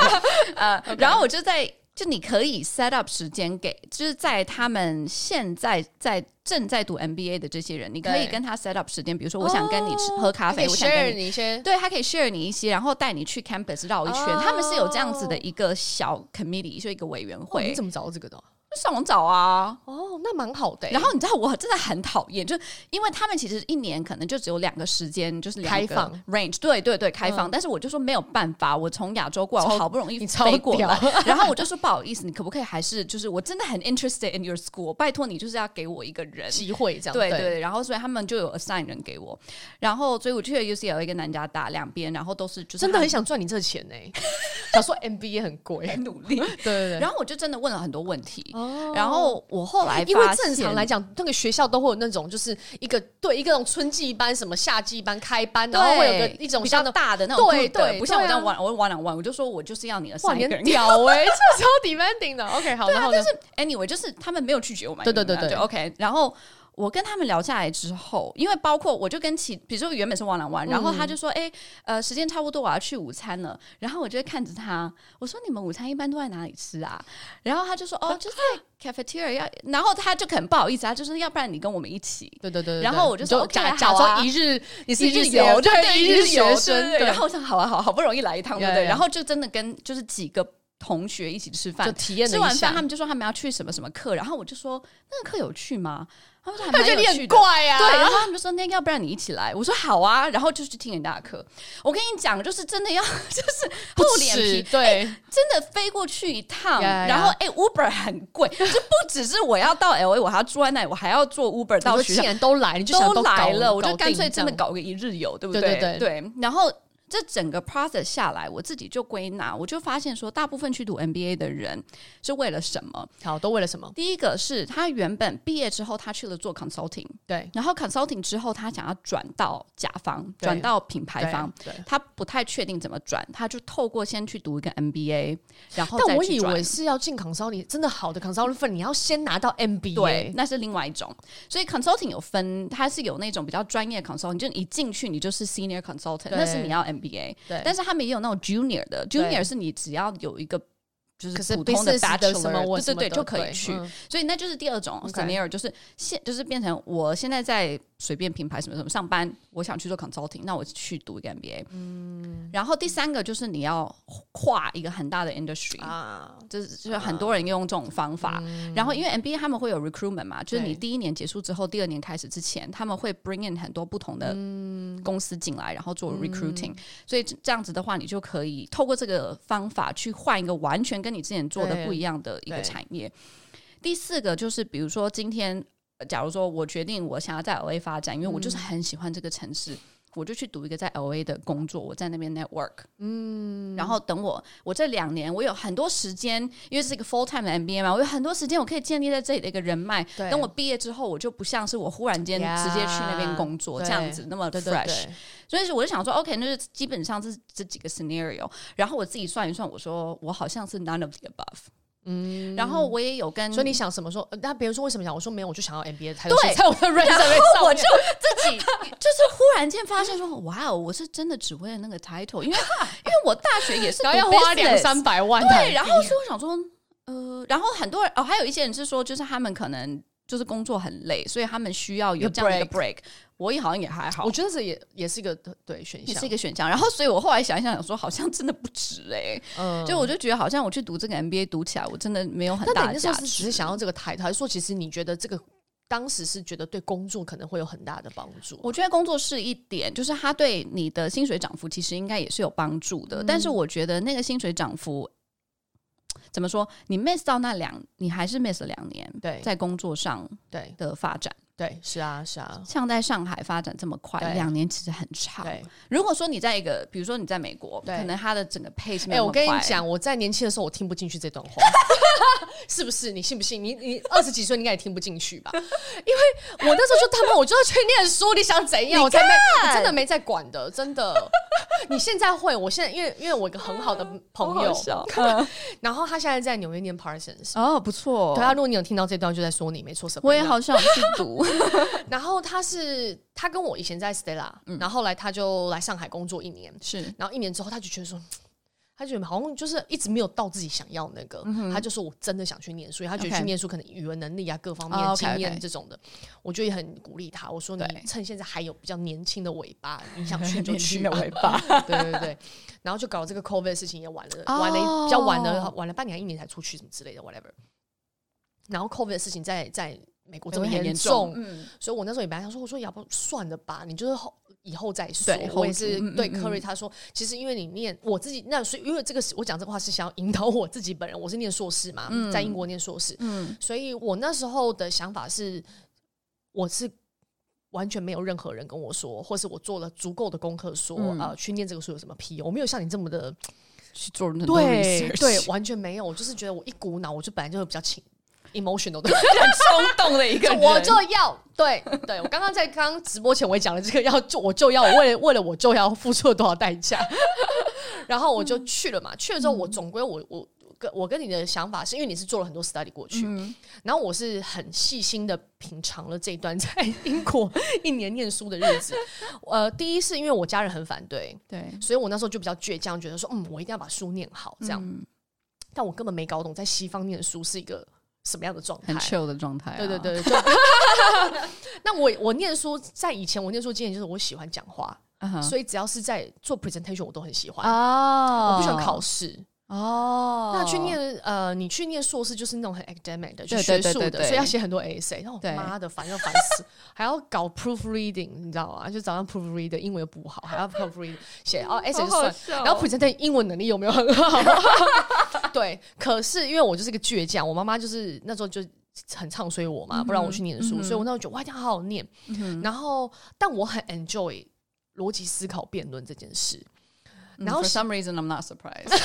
Speaker 2: 呃，然后我就在就你可以 set up 时间给，就是在他们现在在正在读 MBA 的这些人，你可以
Speaker 1: 对
Speaker 2: 跟他 set up 时间，比如说我想跟你吃、喝咖啡，
Speaker 1: 可
Speaker 2: 我
Speaker 1: 以
Speaker 2: 想跟
Speaker 1: share
Speaker 2: 你
Speaker 1: 你一些
Speaker 2: 对他可以 share 你一些，然后带你去 campus 绕一圈。
Speaker 1: 哦
Speaker 2: 他们是有这样子的一个小 committee，就一个委员
Speaker 1: 哦
Speaker 2: 会，
Speaker 1: 你怎么找到这个的啊？
Speaker 2: 就上网找啊。
Speaker 1: 哦，那蛮好的欸。
Speaker 2: 然后你知道我真的很讨厌，就因为他们其实一年可能就只有两个时间，就是两个
Speaker 1: 开放嗯
Speaker 2: range，对对对，开放。但是我就说没有办法，我从亚洲过来，我
Speaker 1: 超
Speaker 2: 好不容易
Speaker 1: 你超
Speaker 2: 飞过
Speaker 1: 屌
Speaker 2: 来， [laughs] 然后我就说不好意思，你可不可以还是就是我真的很 interested in your school，拜托你就是要给我一个人，
Speaker 1: 机会这样
Speaker 2: 对对，然后所以他们就有 assign 人给我，然后所以我去了 UCLA 跟南加大两边，然后都是就是
Speaker 1: 真的
Speaker 2: 他
Speaker 1: 很想赚你这钱 [laughs] 呢。想说 MBA 很哦贵，
Speaker 2: 很努力，
Speaker 1: [laughs] 对对对。
Speaker 2: 然后我就真的问了很多问题，
Speaker 1: 哦
Speaker 2: 然后我后来
Speaker 1: 因为
Speaker 2: 发
Speaker 1: 正常
Speaker 2: 现
Speaker 1: 来讲，那个学校都会有那种，就是一个对一个那种春季班、什么夏季班开班，然后会有个
Speaker 2: 对
Speaker 1: 一种
Speaker 2: 比较
Speaker 1: 像那 [laughs] 种
Speaker 2: 大的那种 group 的，
Speaker 1: 对对
Speaker 2: 不像我
Speaker 1: 对
Speaker 2: 这
Speaker 1: 啊
Speaker 2: 样玩，我玩两玩，我就说我就是要你的
Speaker 1: 哇，
Speaker 2: 三
Speaker 1: 你
Speaker 2: 个人
Speaker 1: 很。
Speaker 2: [laughs]
Speaker 1: 屌哎，这超 demanding 的。OK，好，然后呢？
Speaker 2: anyway，就是他们没有拒绝我买
Speaker 1: 对
Speaker 2: 原
Speaker 1: 对
Speaker 2: 因啊
Speaker 1: 对对
Speaker 2: 就 OK。然后我跟他们聊下来之后，因为包括我就跟其，比如说原本是玩两玩，然后他
Speaker 1: 嗯
Speaker 2: 就说：“哎、呃，时间差不多，我要去午餐了。”然后我就会看着他，我说：“你们午餐一般都在哪里吃啊？”然后他就说：“哦，就在 cafeteria。”要，然后他就很不好意思，他啊就是要不然你跟我们一起。
Speaker 1: 对对对，对
Speaker 2: 然后我就说
Speaker 1: 你
Speaker 2: OK，
Speaker 1: 假
Speaker 2: 好
Speaker 1: 假装
Speaker 2: 啊
Speaker 1: 一日你是
Speaker 2: 一日
Speaker 1: 游，
Speaker 2: 游，
Speaker 1: 对一日
Speaker 2: 游
Speaker 1: 学生，
Speaker 2: 对
Speaker 1: 对
Speaker 2: 然后我想，好啊，好啊，好不容易来一趟，对不对？
Speaker 1: Yeah, yeah.
Speaker 2: 然后就真的跟就是几个同学一起吃
Speaker 1: 就
Speaker 2: 饭，
Speaker 1: 体验了
Speaker 2: 吃
Speaker 1: 一
Speaker 2: 完
Speaker 1: 下
Speaker 2: 饭他们就说他们要去什么什么课，然后我就说那个课有趣吗？他们说还
Speaker 1: 他
Speaker 2: 蛮
Speaker 1: 觉得你
Speaker 2: 有
Speaker 1: 很
Speaker 2: 趣的。
Speaker 1: 怪啊，
Speaker 2: 对，然后他们就说那要不然你一起来，我说好啊，然后就去听人家的课。我跟你讲，就是真的要， [laughs] 就是
Speaker 1: 不哎
Speaker 2: 厚脸
Speaker 1: 耻
Speaker 2: 皮，
Speaker 1: 对，
Speaker 2: 真的飞过去一趟
Speaker 1: Yeah, yeah.
Speaker 2: 然后哎、u b e r 很
Speaker 1: [laughs]
Speaker 2: 贵，就不只是我要到 L A，我还要住在那里，我还要坐 Uber
Speaker 1: 我
Speaker 2: 到
Speaker 1: 说
Speaker 2: 学校
Speaker 1: 既，然都来，你就想
Speaker 2: 都
Speaker 1: 搞
Speaker 2: 来了，我
Speaker 1: 搞
Speaker 2: 就干
Speaker 1: 定
Speaker 2: 脆真的
Speaker 1: 这样
Speaker 2: 搞个一日游，对不
Speaker 1: 对
Speaker 2: 对
Speaker 1: 对
Speaker 2: 然后这整个 process 下来，我自己就归纳，我就发现说，大部分去读 MBA 的人是为了什么？
Speaker 1: 好，都为了什么？
Speaker 2: 第一个是他原本毕业之后，他去了做 consulting，
Speaker 1: 对，
Speaker 2: 然后 consulting 之后，他想要转到甲方，
Speaker 1: 对
Speaker 2: 转到品牌
Speaker 1: 对啊
Speaker 2: 方。
Speaker 1: 对。
Speaker 2: 他不太确定怎么转，他就透过先去读一个 MBA，然后
Speaker 1: 但
Speaker 2: 再
Speaker 1: 我
Speaker 2: 去
Speaker 1: 以
Speaker 2: 转
Speaker 1: 为是要进 consulting，真的好的 consulting 份，你要先拿到 MBA。
Speaker 2: 对，那是另外一种。所以 consulting 有分，它是有那种比较专业 consulting，就你一进去你就是 senior consultant，
Speaker 1: 对
Speaker 2: 那是你要 MBA。
Speaker 1: 对
Speaker 2: 但是他们也有那种 junior 的
Speaker 1: 对
Speaker 2: ，junior 是你只要有一个就
Speaker 1: 可是
Speaker 2: 普通
Speaker 1: business 的
Speaker 2: bachelor，
Speaker 1: 什么我
Speaker 2: 对
Speaker 1: 什么
Speaker 2: 对对，
Speaker 1: 的
Speaker 2: 就可以
Speaker 1: 对
Speaker 2: 去。
Speaker 1: 嗯
Speaker 2: 所以那就是第二种
Speaker 1: OK
Speaker 2: scenario，就是现就是变成我现在在随便品牌什么什么上班，我想去做 consulting，那我去读一个 MBA。然
Speaker 1: 嗯
Speaker 2: 后第三个就是你要跨一个很大的 industry，
Speaker 1: 啊，
Speaker 2: 就是就是很多人用这种方法。然后因为 MBA 他们会有 recruitment 嘛，就是你
Speaker 1: 嗯对
Speaker 2: 第一年结束之后，第二年开始之前，他们会 bring in 很多不同的
Speaker 1: 嗯
Speaker 2: 公司进来，然后做 recruiting、所以这这样子的话，你就可以透过这个方法去换一个完全跟你之前做的
Speaker 1: 对
Speaker 2: 不一样的一个
Speaker 1: 对
Speaker 2: 产业。第四个就是，比如说今天，呃假如说我决定我想要在 LA 发展，因为我
Speaker 1: 嗯
Speaker 2: 就是很喜欢这个城市。我就去读一个在 LA 的工作，我在那边 network，嗯，然后等我，我这两年我有很多时间，因为是一个 full time 的 MBA 嘛，我有很多时间我可以建立在这里的一个人脉。
Speaker 1: 对
Speaker 2: 等我毕业之后，我就不像是我忽然间
Speaker 1: Yeah，
Speaker 2: 直接去那边工作
Speaker 1: 对
Speaker 2: 这样子那么 fresh，
Speaker 1: 对对对，
Speaker 2: 所以我就想说，OK，那就基本上这这几个 scenario，然后我自己算一算，我说我好像是 none of the above，嗯，然后我也有跟
Speaker 1: 所以你想什么时候？呃那别人说为什么想？我说没有，我就想要 MBA 才有
Speaker 2: 对
Speaker 1: 写在我的 resume 上面。
Speaker 2: 我就自
Speaker 1: [laughs]
Speaker 2: 己就是忽然间发现说，哇哦，我是真的只为了那个 title，因
Speaker 1: [laughs]
Speaker 2: 为因为我大学也是
Speaker 1: 然后要
Speaker 2: 读
Speaker 1: 花两
Speaker 2: business
Speaker 1: 三百万台
Speaker 2: 对，
Speaker 1: 币，
Speaker 2: 然后所以我想说，呃，然后很多人哦，还有一些人是说，就是他们可能就是工作很累，所以他们需要有
Speaker 1: 有
Speaker 2: 这样的一个 break。我也好像也还好
Speaker 1: 我，觉得这也也是一个对选
Speaker 2: 也
Speaker 1: 项
Speaker 2: 是一。个选项。然后，所以我后来想一想，想说好像真的不值哎、
Speaker 1: 嗯
Speaker 2: 就我就觉得好像我去读这个 MBA 读起来，我真的没有很
Speaker 1: 但
Speaker 2: 大
Speaker 1: 你那
Speaker 2: 的
Speaker 1: 时
Speaker 2: 价
Speaker 1: 候是只
Speaker 2: 值
Speaker 1: 是。想要这个抬头，还是说其实你觉得这个当时是觉得对工作可能会有很大的帮助？
Speaker 2: 我觉得工作是一点，就是它对你的薪水涨幅其实应该也是有帮助的。但是
Speaker 1: 嗯
Speaker 2: 我觉得那个薪水涨幅怎么说？你 miss 到那两，你还是 miss 了两年
Speaker 1: 对
Speaker 2: 在工作上
Speaker 1: 对
Speaker 2: 的发展。
Speaker 1: 对，是啊是啊，
Speaker 2: 像在上海发展这么快，
Speaker 1: 对
Speaker 2: 两年其实很长。
Speaker 1: 对。
Speaker 2: 如果说你在一个，比如说你在美国，
Speaker 1: 对
Speaker 2: 可能它的整个 pace 没
Speaker 1: 哎、
Speaker 2: 有那
Speaker 1: 我
Speaker 2: 么
Speaker 1: 跟你
Speaker 2: 快，
Speaker 1: 讲，我在年轻的时候我听不进去这段
Speaker 2: [laughs]
Speaker 1: 话，是不是？你信不信？你你二十几岁你应该也听不进去吧？因为我那时候就他妈我就要去念书，你想怎样？我才没我真的没在管的，真的。你现在会，我现在因为因为我有一个很好的朋友，
Speaker 2: [laughs] 好
Speaker 1: [laughs] 然后他现在在纽约念 Parsons。
Speaker 2: 哦，不错
Speaker 1: 对，啊，如果你有听到这段，就在说你没错，什么？
Speaker 2: 我也好想去
Speaker 1: [laughs]
Speaker 2: 读。
Speaker 1: 然后他是他跟
Speaker 2: 嗯 [laughs]
Speaker 1: 我以前在 Stella，、然后后来他就来上海工作一年，
Speaker 2: 是
Speaker 1: 然后一年之后他就觉得说，他觉得好像就是一直没有到自己想要那个，他就说我真的想去念书，因为他觉得
Speaker 2: 嗯 OK
Speaker 1: 去念书可能语文能力啊各方
Speaker 2: 哦
Speaker 1: 面
Speaker 2: ，OK，OK
Speaker 1: 经验这种的，我就也很鼓励他，我说你
Speaker 2: 对
Speaker 1: 趁现在还有比较年轻的尾巴，你想去就去
Speaker 2: 的
Speaker 1: 吧，
Speaker 2: 尾 [laughs] 巴。
Speaker 1: [laughs] 对对对，然后就搞这个 COVID 的事情也晚了，
Speaker 2: 哦
Speaker 1: 晚了一比较晚了，晚了半年还一年才出去什么之类的，whatever。然后 COVID 的事情在在美国这么
Speaker 2: 很
Speaker 1: 严
Speaker 2: 严
Speaker 1: 重，
Speaker 2: 嗯，
Speaker 1: 所以我那时候也本来想说，我说要不算了吧，你就是后以后再说
Speaker 2: 对。
Speaker 1: 我也
Speaker 2: hold
Speaker 1: 是
Speaker 2: 住嗯
Speaker 1: 对
Speaker 2: 嗯嗯
Speaker 1: Curry 他说，其实因为你念我自己那，所以因为这个是我讲这个话是想要引导我自己本人，我是念硕士嘛，在英国念硕士，
Speaker 2: 嗯
Speaker 1: 所以我那时候的想法是，我是完全没有任何人跟我说，或是我做了足够的功课说，
Speaker 2: 嗯
Speaker 1: 呃，去念这个书有什么屁用？我没有像你这么的，
Speaker 2: 去做很多
Speaker 1: 对
Speaker 2: research
Speaker 1: 对， [laughs] 完全没有。我就是觉得我一股脑，我就本来就是比较情 emotional 的，
Speaker 2: [laughs] 很冲动的一个人，
Speaker 1: 我就要对对。我刚刚在刚刚直播前我也讲了这个，要就我就要我为了为了我就要付出了多少代
Speaker 2: [laughs]
Speaker 1: 价，然后我就去了
Speaker 2: 嗯
Speaker 1: 嘛。去了之后，我总归我我。我跟我跟你的想法是因为你是做了很多 study 过去，
Speaker 2: 嗯
Speaker 1: 然后我是很细心的品尝了这一段在英国 [laughs] 一年念书的日子。呃，第一是因为我家人很反对，
Speaker 2: 对，
Speaker 1: 所以我那时候就比较倔强，觉得说，嗯，我一定要把书念好这样。
Speaker 2: 嗯
Speaker 1: 但我根本没搞懂在西方念书是一个什么样的状态
Speaker 2: 很。chill 的状态啊，
Speaker 1: 对对
Speaker 2: [laughs]
Speaker 1: 对，就那我我念书在以前我念书经验就是我喜欢讲话，
Speaker 2: 啊哈，
Speaker 1: 所以只要是在做 presentation 我都很喜欢。
Speaker 2: 哦，
Speaker 1: 啊我不喜欢考试，
Speaker 2: 哦，
Speaker 1: 那去念呃，你去念硕士就是那种很 academic 的，就
Speaker 2: 对
Speaker 1: 学
Speaker 2: 对对
Speaker 1: 术
Speaker 2: 对
Speaker 1: 的，
Speaker 2: 对
Speaker 1: 所以要写很多 essay。然后
Speaker 2: 对
Speaker 1: 妈的，烦要烦死，还要搞 proofreading，你知道吗？就早上 proofread，英文又不好，还要 proofread 写哦 essay 就算，然后 present 英文能力有没有很好？
Speaker 2: [laughs]
Speaker 1: [laughs] 对，可是因为我就是个倔强，我妈妈就是那时候就很唱衰我嘛，不让我去念书，
Speaker 2: 嗯哼嗯
Speaker 1: 所以我那时候觉得哇，一定要好好念。然后，但我很 enjoy 逻辑思考、辩论这件事。然后
Speaker 2: 嗯 for
Speaker 1: 写
Speaker 2: some reason I'm not surprised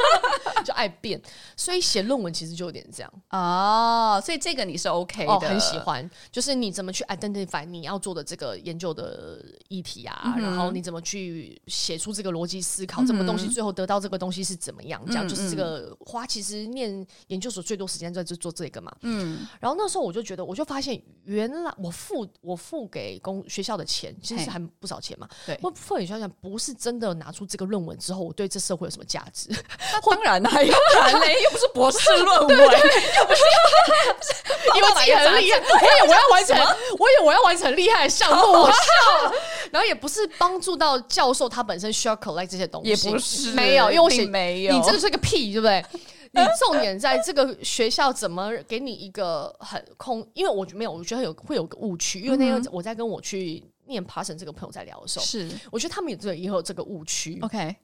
Speaker 1: [laughs] 就爱变，所以写论文其实就有点这样。
Speaker 2: 哦，所以这个你是 OK 的，
Speaker 1: 哦，很喜欢，就是你怎么去 identify 你要做的这个研究的议题啊，
Speaker 2: 嗯
Speaker 1: 然后你怎么去写出这个逻辑思考，这么东西最后得到这个东西是怎么样？这
Speaker 2: 嗯
Speaker 1: 样、就是这个花其实念研究所最多时间在这做这个嘛。嗯，然后那时候我就觉得，我就发现原来我付我付给公学校的钱其实
Speaker 2: 嘿
Speaker 1: 还不少钱嘛，
Speaker 2: 对
Speaker 1: 我付给学校的钱不是真的拿出这个论文之后，我对这社会有什么价
Speaker 2: [laughs]
Speaker 1: 值？
Speaker 2: 那当然啦，要不然嘞，又不是博士论文，又不是，
Speaker 1: [laughs] 以为自己很厉害，我
Speaker 2: 哎
Speaker 1: 以为我要完成，我以为我要完成很厉害的项目，我笑了。 [laughs] 然后也不是帮助到教授他本身需要 collect 这些东西，
Speaker 2: 也不是，
Speaker 1: 没有，因为我写
Speaker 2: 并没有，
Speaker 1: 你这个是个屁，对不
Speaker 2: [laughs]
Speaker 1: 对？你重点在这个学校怎么给你一个很空，因为我没有，我觉得有会有个误区，因为那天我在跟我去念 Parson 这个朋友在聊的时候，
Speaker 2: 嗯是
Speaker 1: 我觉得他们也对也有这个误区，
Speaker 2: OK。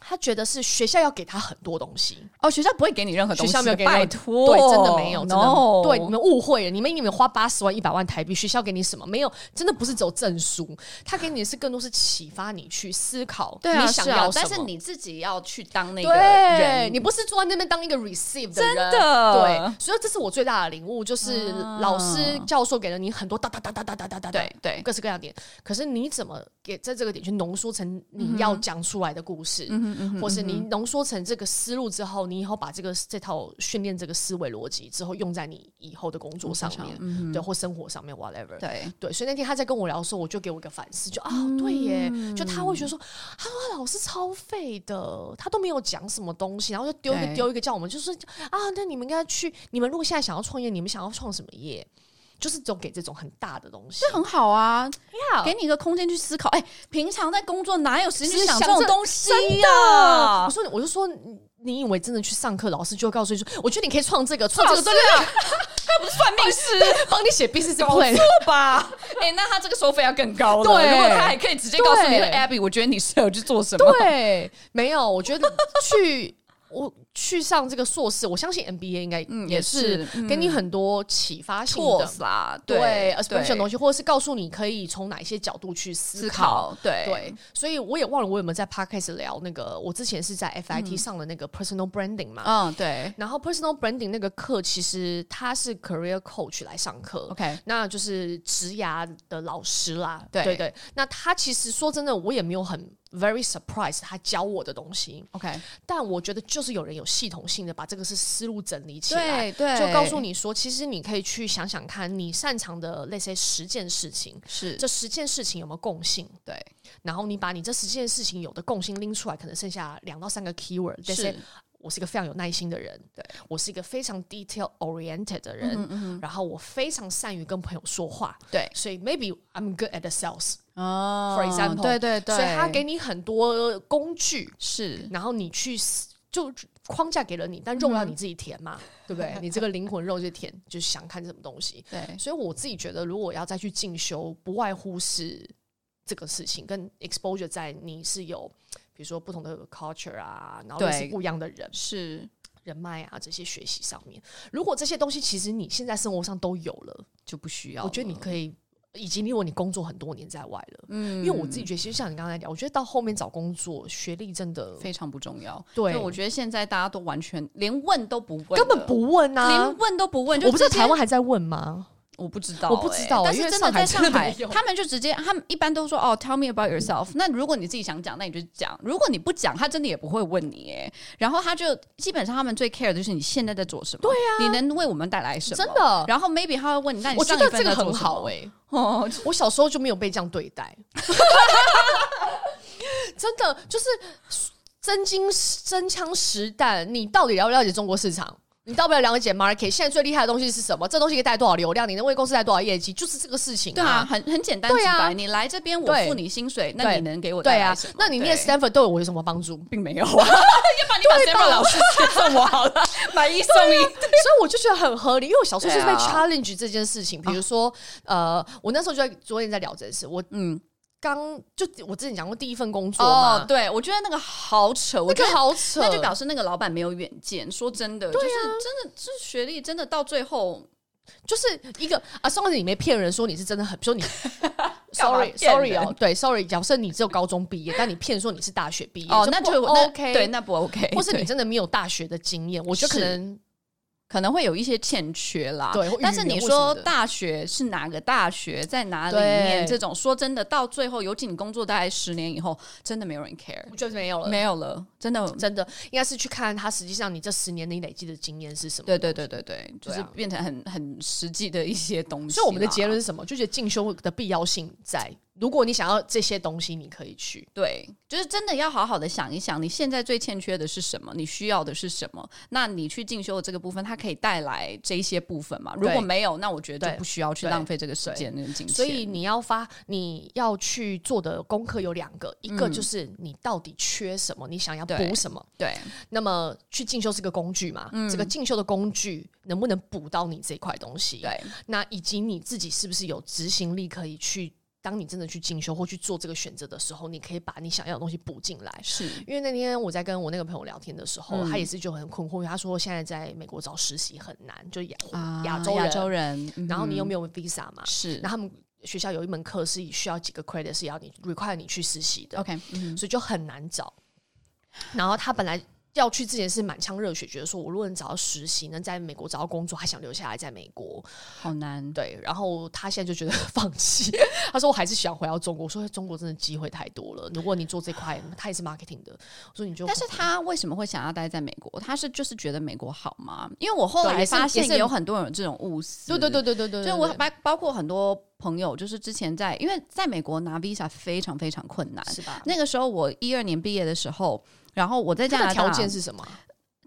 Speaker 1: 他觉得是学校要给他很多东西，
Speaker 2: 哦，学校不会给你任何东西
Speaker 1: 学校
Speaker 2: 的，
Speaker 1: 没有给你
Speaker 2: 拜
Speaker 1: 任何
Speaker 2: 托，
Speaker 1: 对，真的没有，真的
Speaker 2: no，
Speaker 1: 对，你们误会了，你们以为花八十万、一百万台币，学校给你什么？没有，真的不是只有证书，他给你的是更多是启发你去思考，
Speaker 2: 对啊，
Speaker 1: 你想
Speaker 2: 是啊
Speaker 1: 要什么。
Speaker 2: 但是你自己要去当那个
Speaker 1: 对，
Speaker 2: 人，
Speaker 1: 你不是坐在那边当一个 receive 的人，
Speaker 2: 真的
Speaker 1: 对，所以这是我最大的领悟，就是
Speaker 2: 啊
Speaker 1: 老师、教授给了你很多哒哒哒哒哒哒哒哒，
Speaker 2: 对对
Speaker 1: 各式各样的点。可是你怎么给在这个点去浓缩成你要讲出来的故事，或是你浓缩成这个思路之后，你以后把这个这套训练这个思维逻辑之后用在你以后的工作上面，对，或生活上面 whatever，
Speaker 2: 对
Speaker 1: 对，所以那天他在跟我聊的时候，我就给我一个反思，就啊、对耶，就他会觉得说，他说他老师超废的，他都没有讲什么东西，然后就丢一
Speaker 2: 对
Speaker 1: 个丢一个叫我们，就是啊，那你们应该去，你们如果现在想要创业，你们想要创什么业？就是总给这种很大的东西，
Speaker 2: 很好啊，
Speaker 1: 要
Speaker 2: 给你一个空间去思考。哎，平常在工作哪有时间
Speaker 1: 只
Speaker 2: 去
Speaker 1: 想
Speaker 2: 这种
Speaker 1: 这
Speaker 2: 东西
Speaker 1: 真的，
Speaker 2: 呀
Speaker 1: 我？说你，我就说你，你以为真的去上课，老师就会告诉你说，我觉得你可以创这个，创
Speaker 2: 老
Speaker 1: 这
Speaker 2: 师
Speaker 1: 个，
Speaker 2: 啊，他不是 [laughs] 算命师，
Speaker 1: 帮
Speaker 2: [laughs]
Speaker 1: 你写 business
Speaker 2: 搞
Speaker 1: plan
Speaker 2: 错。吧？ [laughs] 哎，那他这个收费要更高了。
Speaker 1: 对
Speaker 2: 如果他还可以直接告诉你说
Speaker 1: 对
Speaker 2: ，Abby，我觉得你适合去做什么。
Speaker 1: 对，没有，我觉得去我去上这个硕士，我相信 MBA 应该
Speaker 2: 嗯
Speaker 1: 也
Speaker 2: 也
Speaker 1: 是
Speaker 2: 是
Speaker 1: 给你很多启发性的
Speaker 2: tools 啦，
Speaker 1: 对
Speaker 2: 对呃
Speaker 1: aspiration 的东西，或者是告诉你可以从哪一些角度去思
Speaker 2: 思
Speaker 1: 考。
Speaker 2: 考，对
Speaker 1: 对，所以我也忘了我有没有在 podcast 聊那个，我之前是在 FIT 上的那个 personal branding 嘛。
Speaker 2: 嗯，对
Speaker 1: 然后 personal branding 那个课，其实他是 career coach 来上课
Speaker 2: ，OK，
Speaker 1: 那就是职涯的老师啦，
Speaker 2: 对
Speaker 1: 对对。那他其实说真的，我也没有很 very surprise 他教我的东西，
Speaker 2: OK，
Speaker 1: 但我觉得就是有人有系统性的把这个是思路整理起来。
Speaker 2: 对对，
Speaker 1: 就告诉你说，其实你可以去想想看，你擅长的类似十件事情，
Speaker 2: 是
Speaker 1: 这十件事情有没有共性？
Speaker 2: 对
Speaker 1: 然后你把你这十件事情有的共性拎出来，可能剩下两到三个 keyword。但
Speaker 2: 是
Speaker 1: 是，我是一个非常有耐心的人，
Speaker 2: 对嗯
Speaker 1: 我是一个非常 detail oriented 的人，然后我非常善于跟朋友说话，
Speaker 2: 对
Speaker 1: 所以 maybe I'm good at the sales。
Speaker 2: 哦
Speaker 1: For example，
Speaker 2: 对对对，
Speaker 1: 所以他给你很多工具，
Speaker 2: 是嗯
Speaker 1: 然后你去思就框架给了你，但肉要你自己填嘛，对不对？你这个灵魂肉就填，就是想看什么东西。
Speaker 2: 对
Speaker 1: 所以我自己觉得，如果要再去进修，不外乎是这个事情跟 exposure 在你是有，比如说不同的 culture 啊，然后
Speaker 2: 对
Speaker 1: 认识不一样的人
Speaker 2: 是
Speaker 1: 人脉啊这些学习上面。如果这些东西其实你现在生活上都有了，
Speaker 2: 就不需要了。
Speaker 1: 我觉得你可以。以及如果你工作很多年在外了，嗯，因为我自己觉得，其实像你刚才讲，我觉得到后面找工作，学历真的
Speaker 2: 非常不重要。
Speaker 1: 对
Speaker 2: 我觉得现在大家都完全连问都不问了，
Speaker 1: 根本不问啊
Speaker 2: 连！问都不问，就
Speaker 1: 我不知道
Speaker 2: 直接
Speaker 1: 台湾还在问吗？
Speaker 2: 我不知道欸、
Speaker 1: 我不知道
Speaker 2: 但
Speaker 1: 因
Speaker 2: 是
Speaker 1: 为
Speaker 2: 真
Speaker 1: 上
Speaker 2: 的
Speaker 1: 海
Speaker 2: 在上
Speaker 1: 真的
Speaker 2: 海
Speaker 1: 没有，
Speaker 2: 他们就直接，他们一般都说哦，tell me about yourself。那如果你自己想讲，那你就讲；如果你不讲，他真的也不会问你哎。然后他就基本上他们最 care 的就是你现在在做什么，对呀、你能为我们带来什么？
Speaker 1: 啊真的
Speaker 2: 然后 maybe 他会问你，那你
Speaker 1: 我觉
Speaker 2: 上一
Speaker 1: 得
Speaker 2: 份
Speaker 1: 这
Speaker 2: 在
Speaker 1: 个
Speaker 2: 做
Speaker 1: 很
Speaker 2: 什
Speaker 1: 好
Speaker 2: 么
Speaker 1: 哎、
Speaker 2: 哦，
Speaker 1: 我小时候就没有被这样对
Speaker 2: [laughs]
Speaker 1: 待，真的就是真金真枪实弹。你到底了不了解中国市场？你到不了了解 market？现在最厉害的东西是什么？这东西可以带多少流量？你能为公司带多少业绩？就是这个事情、
Speaker 2: 对啊，很很简单直
Speaker 1: 对啊
Speaker 2: 白。你来这边，我
Speaker 1: 对
Speaker 2: 付你薪水，那
Speaker 1: 对
Speaker 2: 你能给我
Speaker 1: 对
Speaker 2: 带
Speaker 1: 啊
Speaker 2: 来什么？。
Speaker 1: 那你念
Speaker 2: 对
Speaker 1: Stanford 对我有什么
Speaker 2: [laughs]
Speaker 1: 帮助？
Speaker 2: 并没有啊，要不然你把 s a m r 老师介绍我好了，买一送
Speaker 1: 所
Speaker 2: 一。
Speaker 1: 以我就觉得很合理，因为我小时候就是被
Speaker 2: 啊对啊
Speaker 1: challenge 这件事情。比如说，呃，我那时候就在昨天在聊这件事，我
Speaker 2: 嗯，哦
Speaker 1: 刚就我之前讲过第一份工作嘛，
Speaker 2: 对，我觉得那个好扯，我
Speaker 1: 那
Speaker 2: 觉
Speaker 1: 个
Speaker 2: 得。
Speaker 1: 好扯，
Speaker 2: 那就表示那个老板没有远见。说真
Speaker 1: 啊
Speaker 2: 的，就是真的，就是学历真的到最后，
Speaker 1: 就是一个啊，上次你没骗人说你是真的很，
Speaker 2: [laughs]
Speaker 1: 说你
Speaker 2: 干嘛
Speaker 1: ，sorry
Speaker 2: 骗
Speaker 1: sorry
Speaker 2: 人
Speaker 1: 哦，对 sorry，假设你只有高中毕业，但你骗说你是大学毕业，
Speaker 2: 哦，
Speaker 1: 这
Speaker 2: 那
Speaker 1: 不
Speaker 2: 就那
Speaker 1: OK，
Speaker 2: 对，那不 OK，
Speaker 1: 或是你
Speaker 2: 对
Speaker 1: 真的没有大学的经验，我觉得可
Speaker 2: 是
Speaker 1: 能
Speaker 2: 可能会有一些欠缺啦。
Speaker 1: 对或语
Speaker 2: 但是你
Speaker 1: 言或
Speaker 2: 说
Speaker 1: 什么的
Speaker 2: 大学是哪个大学，在哪里
Speaker 1: 对
Speaker 2: 面这种，说真的，到最后，尤其你工作大概十年以后，真的没有人 care，
Speaker 1: 我觉得没有了，
Speaker 2: 没有了，真的。
Speaker 1: 真的应该是去看他实际上你这十年你累积的经验是什么。
Speaker 2: 对对对对对，就是
Speaker 1: 对啊
Speaker 2: 变成很很实际的一些东西啦。
Speaker 1: 所以我们的结论是什么？就觉得进修的必要性在，如果你想要这些东西，你可以去。
Speaker 2: 对，就是真的要好好的想一想，你现在最欠缺的是什么，你需要的是什么。那你去进修的这个部分，它可以带来这一些部分嘛？如果没有，那我觉得就
Speaker 1: 对
Speaker 2: 不需要去
Speaker 1: 对
Speaker 2: 浪费这个时间跟金钱。
Speaker 1: 所以你要发你要去做的功课有两个，一个就是你到底缺什么，你想要
Speaker 2: 嗯对嗯
Speaker 1: 补什么。
Speaker 2: 对
Speaker 1: 那么去进修是个工具嘛？这个进修的工具能不能补到你这块东西？
Speaker 2: 对
Speaker 1: 那以及你自己是不是有执行力可以去？当你真的去进修或去做这个选择的时候，你可以把你想要的东西补进来。
Speaker 2: 是，
Speaker 1: 因为那天我在跟我那个朋友聊天的时候，
Speaker 2: 嗯
Speaker 1: 他也是就很困惑，因为他说现在在美国找实习很难，就亚
Speaker 2: 啊
Speaker 1: 亚洲人，
Speaker 2: 亚洲人，嗯
Speaker 1: 然后你又
Speaker 2: 哼
Speaker 1: 没有 visa 嘛，
Speaker 2: 是
Speaker 1: 然后他们学校有一门课是需要几个 credit 是要你 require 你去实习的
Speaker 2: OK，嗯哼
Speaker 1: 所以就很难找。然后他本来要去之前是满腔热血，觉得说我如果能找到实习，能在美国找到工作，还想留下来在美国。
Speaker 2: 好难。
Speaker 1: 对，然后他现在就觉得放弃，他说我还是想回到中国。我说中国真的机会太多了，如果你做这块，他也是 marketing 的，我说你就
Speaker 2: 但是他为什么会想要待在美国？他是就是觉得美国好吗？因为我后
Speaker 1: 对
Speaker 2: 来
Speaker 1: 也是
Speaker 2: 发
Speaker 1: 也
Speaker 2: 现
Speaker 1: 是
Speaker 2: 也有很多人有这种误思，
Speaker 1: 对对对对对对，
Speaker 2: 所
Speaker 1: 对
Speaker 2: 以我
Speaker 1: 对
Speaker 2: 包包括很多朋友，就是之前在，因为在美国拿 visa 非常非常困难。
Speaker 1: 是吧？
Speaker 2: 那个时候我一二年毕业的时候，然后我在加
Speaker 1: 他
Speaker 2: 拿
Speaker 1: 的
Speaker 2: 大，
Speaker 1: 条件是什么？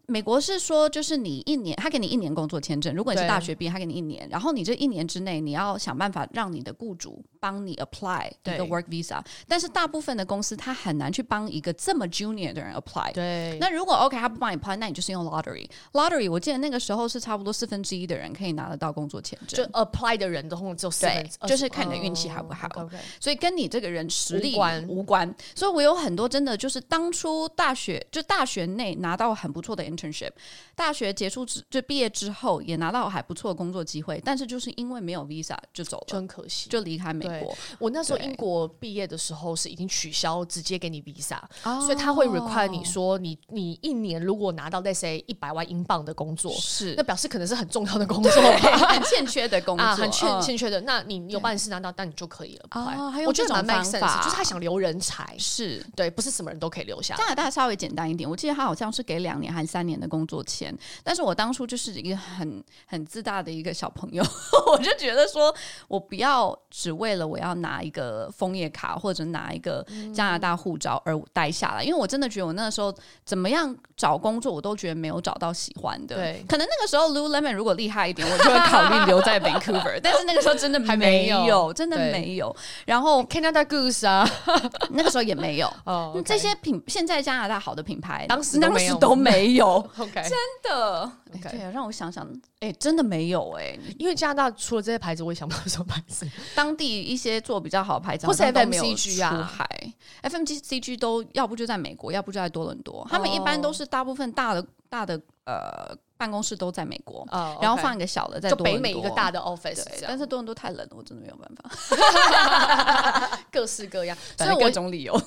Speaker 2: 美国是说，就是你一年，他给你一年工作签证，如果你是
Speaker 1: 对
Speaker 2: 大学毕业，他给你一年，然后你这一年之内，你要想办法让你的雇主帮你 apply 一
Speaker 1: 对
Speaker 2: 个 work visa，但是大部分的公司他很难去帮一个这么 junior 的人 apply。
Speaker 1: 对，
Speaker 2: 那如果 OK，他不帮你 apply，那你就是用 lottery。lottery 我记得那个时候是差不多四分之一的人可以拿得到工作签证
Speaker 1: 就，apply 的人都通常只有四
Speaker 2: 对
Speaker 1: 分之二十，
Speaker 2: 就是看你的运气好不好
Speaker 1: OK，
Speaker 2: 所以跟你这个人实力
Speaker 1: 无关
Speaker 2: 无关。所以我有很多真的就是当初大学就大学内拿到很不错的 internship，大学结束之就毕业之后也拿到还不错的工作机会，但是就是因为没有 visa 就走
Speaker 1: 就
Speaker 2: 了，
Speaker 1: 很可惜。
Speaker 2: 就离开美国，
Speaker 1: 我那时候
Speaker 2: 对
Speaker 1: 英国毕业的时候是已经取消，直接给你 visa，、所
Speaker 2: 所
Speaker 1: 以他会 require 你说你你一年如果拿到那些一百万英镑的工作，
Speaker 2: 是
Speaker 1: 那表示可能是 [laughs] 很重要的工作吧。 [laughs]
Speaker 2: 很欠缺的工作，
Speaker 1: 啊，很欠
Speaker 2: 嗯
Speaker 1: 欠缺的，那你你有办事拿到，那你就可以了。
Speaker 2: 啊
Speaker 1: 快
Speaker 2: 还有
Speaker 1: 我觉
Speaker 2: 这
Speaker 1: 得蛮
Speaker 2: 种
Speaker 1: make
Speaker 2: 方
Speaker 1: sense，
Speaker 2: 法
Speaker 1: 就是他想留人才，
Speaker 2: 是。
Speaker 1: 对，不是什么人都可以留下来
Speaker 2: 加。拿大稍微简单一点，我记得他好像是给两年还三年的工作签，但是我当初就是一个很很自大的一个小朋友， [laughs] 我就觉得说我不要只为了我要拿一个枫叶卡或者拿一个
Speaker 1: 嗯
Speaker 2: 加拿大护照而待下来，因为我真的觉得我那时候怎么样找工作，我都觉得没有找到喜欢的。
Speaker 1: 对
Speaker 2: 可能那个时候 Lululemon 如果厉害一点，我就会考虑留在 Vancouver，但是那个时候真的
Speaker 1: 还
Speaker 2: 没
Speaker 1: 没有
Speaker 2: 真的
Speaker 1: 对
Speaker 2: 没有。然后
Speaker 1: Canada Goose 啊，
Speaker 2: 那个时候也没有。
Speaker 1: 哦
Speaker 2: 嗯这些品现在加拿大好的品牌，
Speaker 1: 当时都
Speaker 2: 当
Speaker 1: 没
Speaker 2: 时
Speaker 1: 有
Speaker 2: 都
Speaker 1: [laughs]
Speaker 2: 没有
Speaker 1: OK，
Speaker 2: 真的。
Speaker 1: [laughs]
Speaker 2: 哎
Speaker 1: OK
Speaker 2: 对啊，让我想想，哎、真的没有哎、
Speaker 1: 因为加拿大除了这些牌子，我也想不到什么牌子。
Speaker 2: 当地一些做比较好的牌子，
Speaker 1: 或是
Speaker 2: 好像都没有
Speaker 1: FMCG 啊
Speaker 2: 出海，FMCG 都要不就在美国，要不就在多伦多。他们一般
Speaker 1: 哦
Speaker 2: 都是大部分大的大的呃办公室都在美国，
Speaker 1: 哦
Speaker 2: 然后放一个小的在
Speaker 1: 就
Speaker 2: 多
Speaker 1: 北
Speaker 2: 伦
Speaker 1: 美一个
Speaker 2: 多
Speaker 1: 大的 office，
Speaker 2: 对，
Speaker 1: 这
Speaker 2: 但
Speaker 1: 样
Speaker 2: 是多伦多太冷了，我真的没有办法，
Speaker 1: 各式各样。所
Speaker 2: 反
Speaker 1: 以
Speaker 2: 正
Speaker 1: 我
Speaker 2: 各种理由。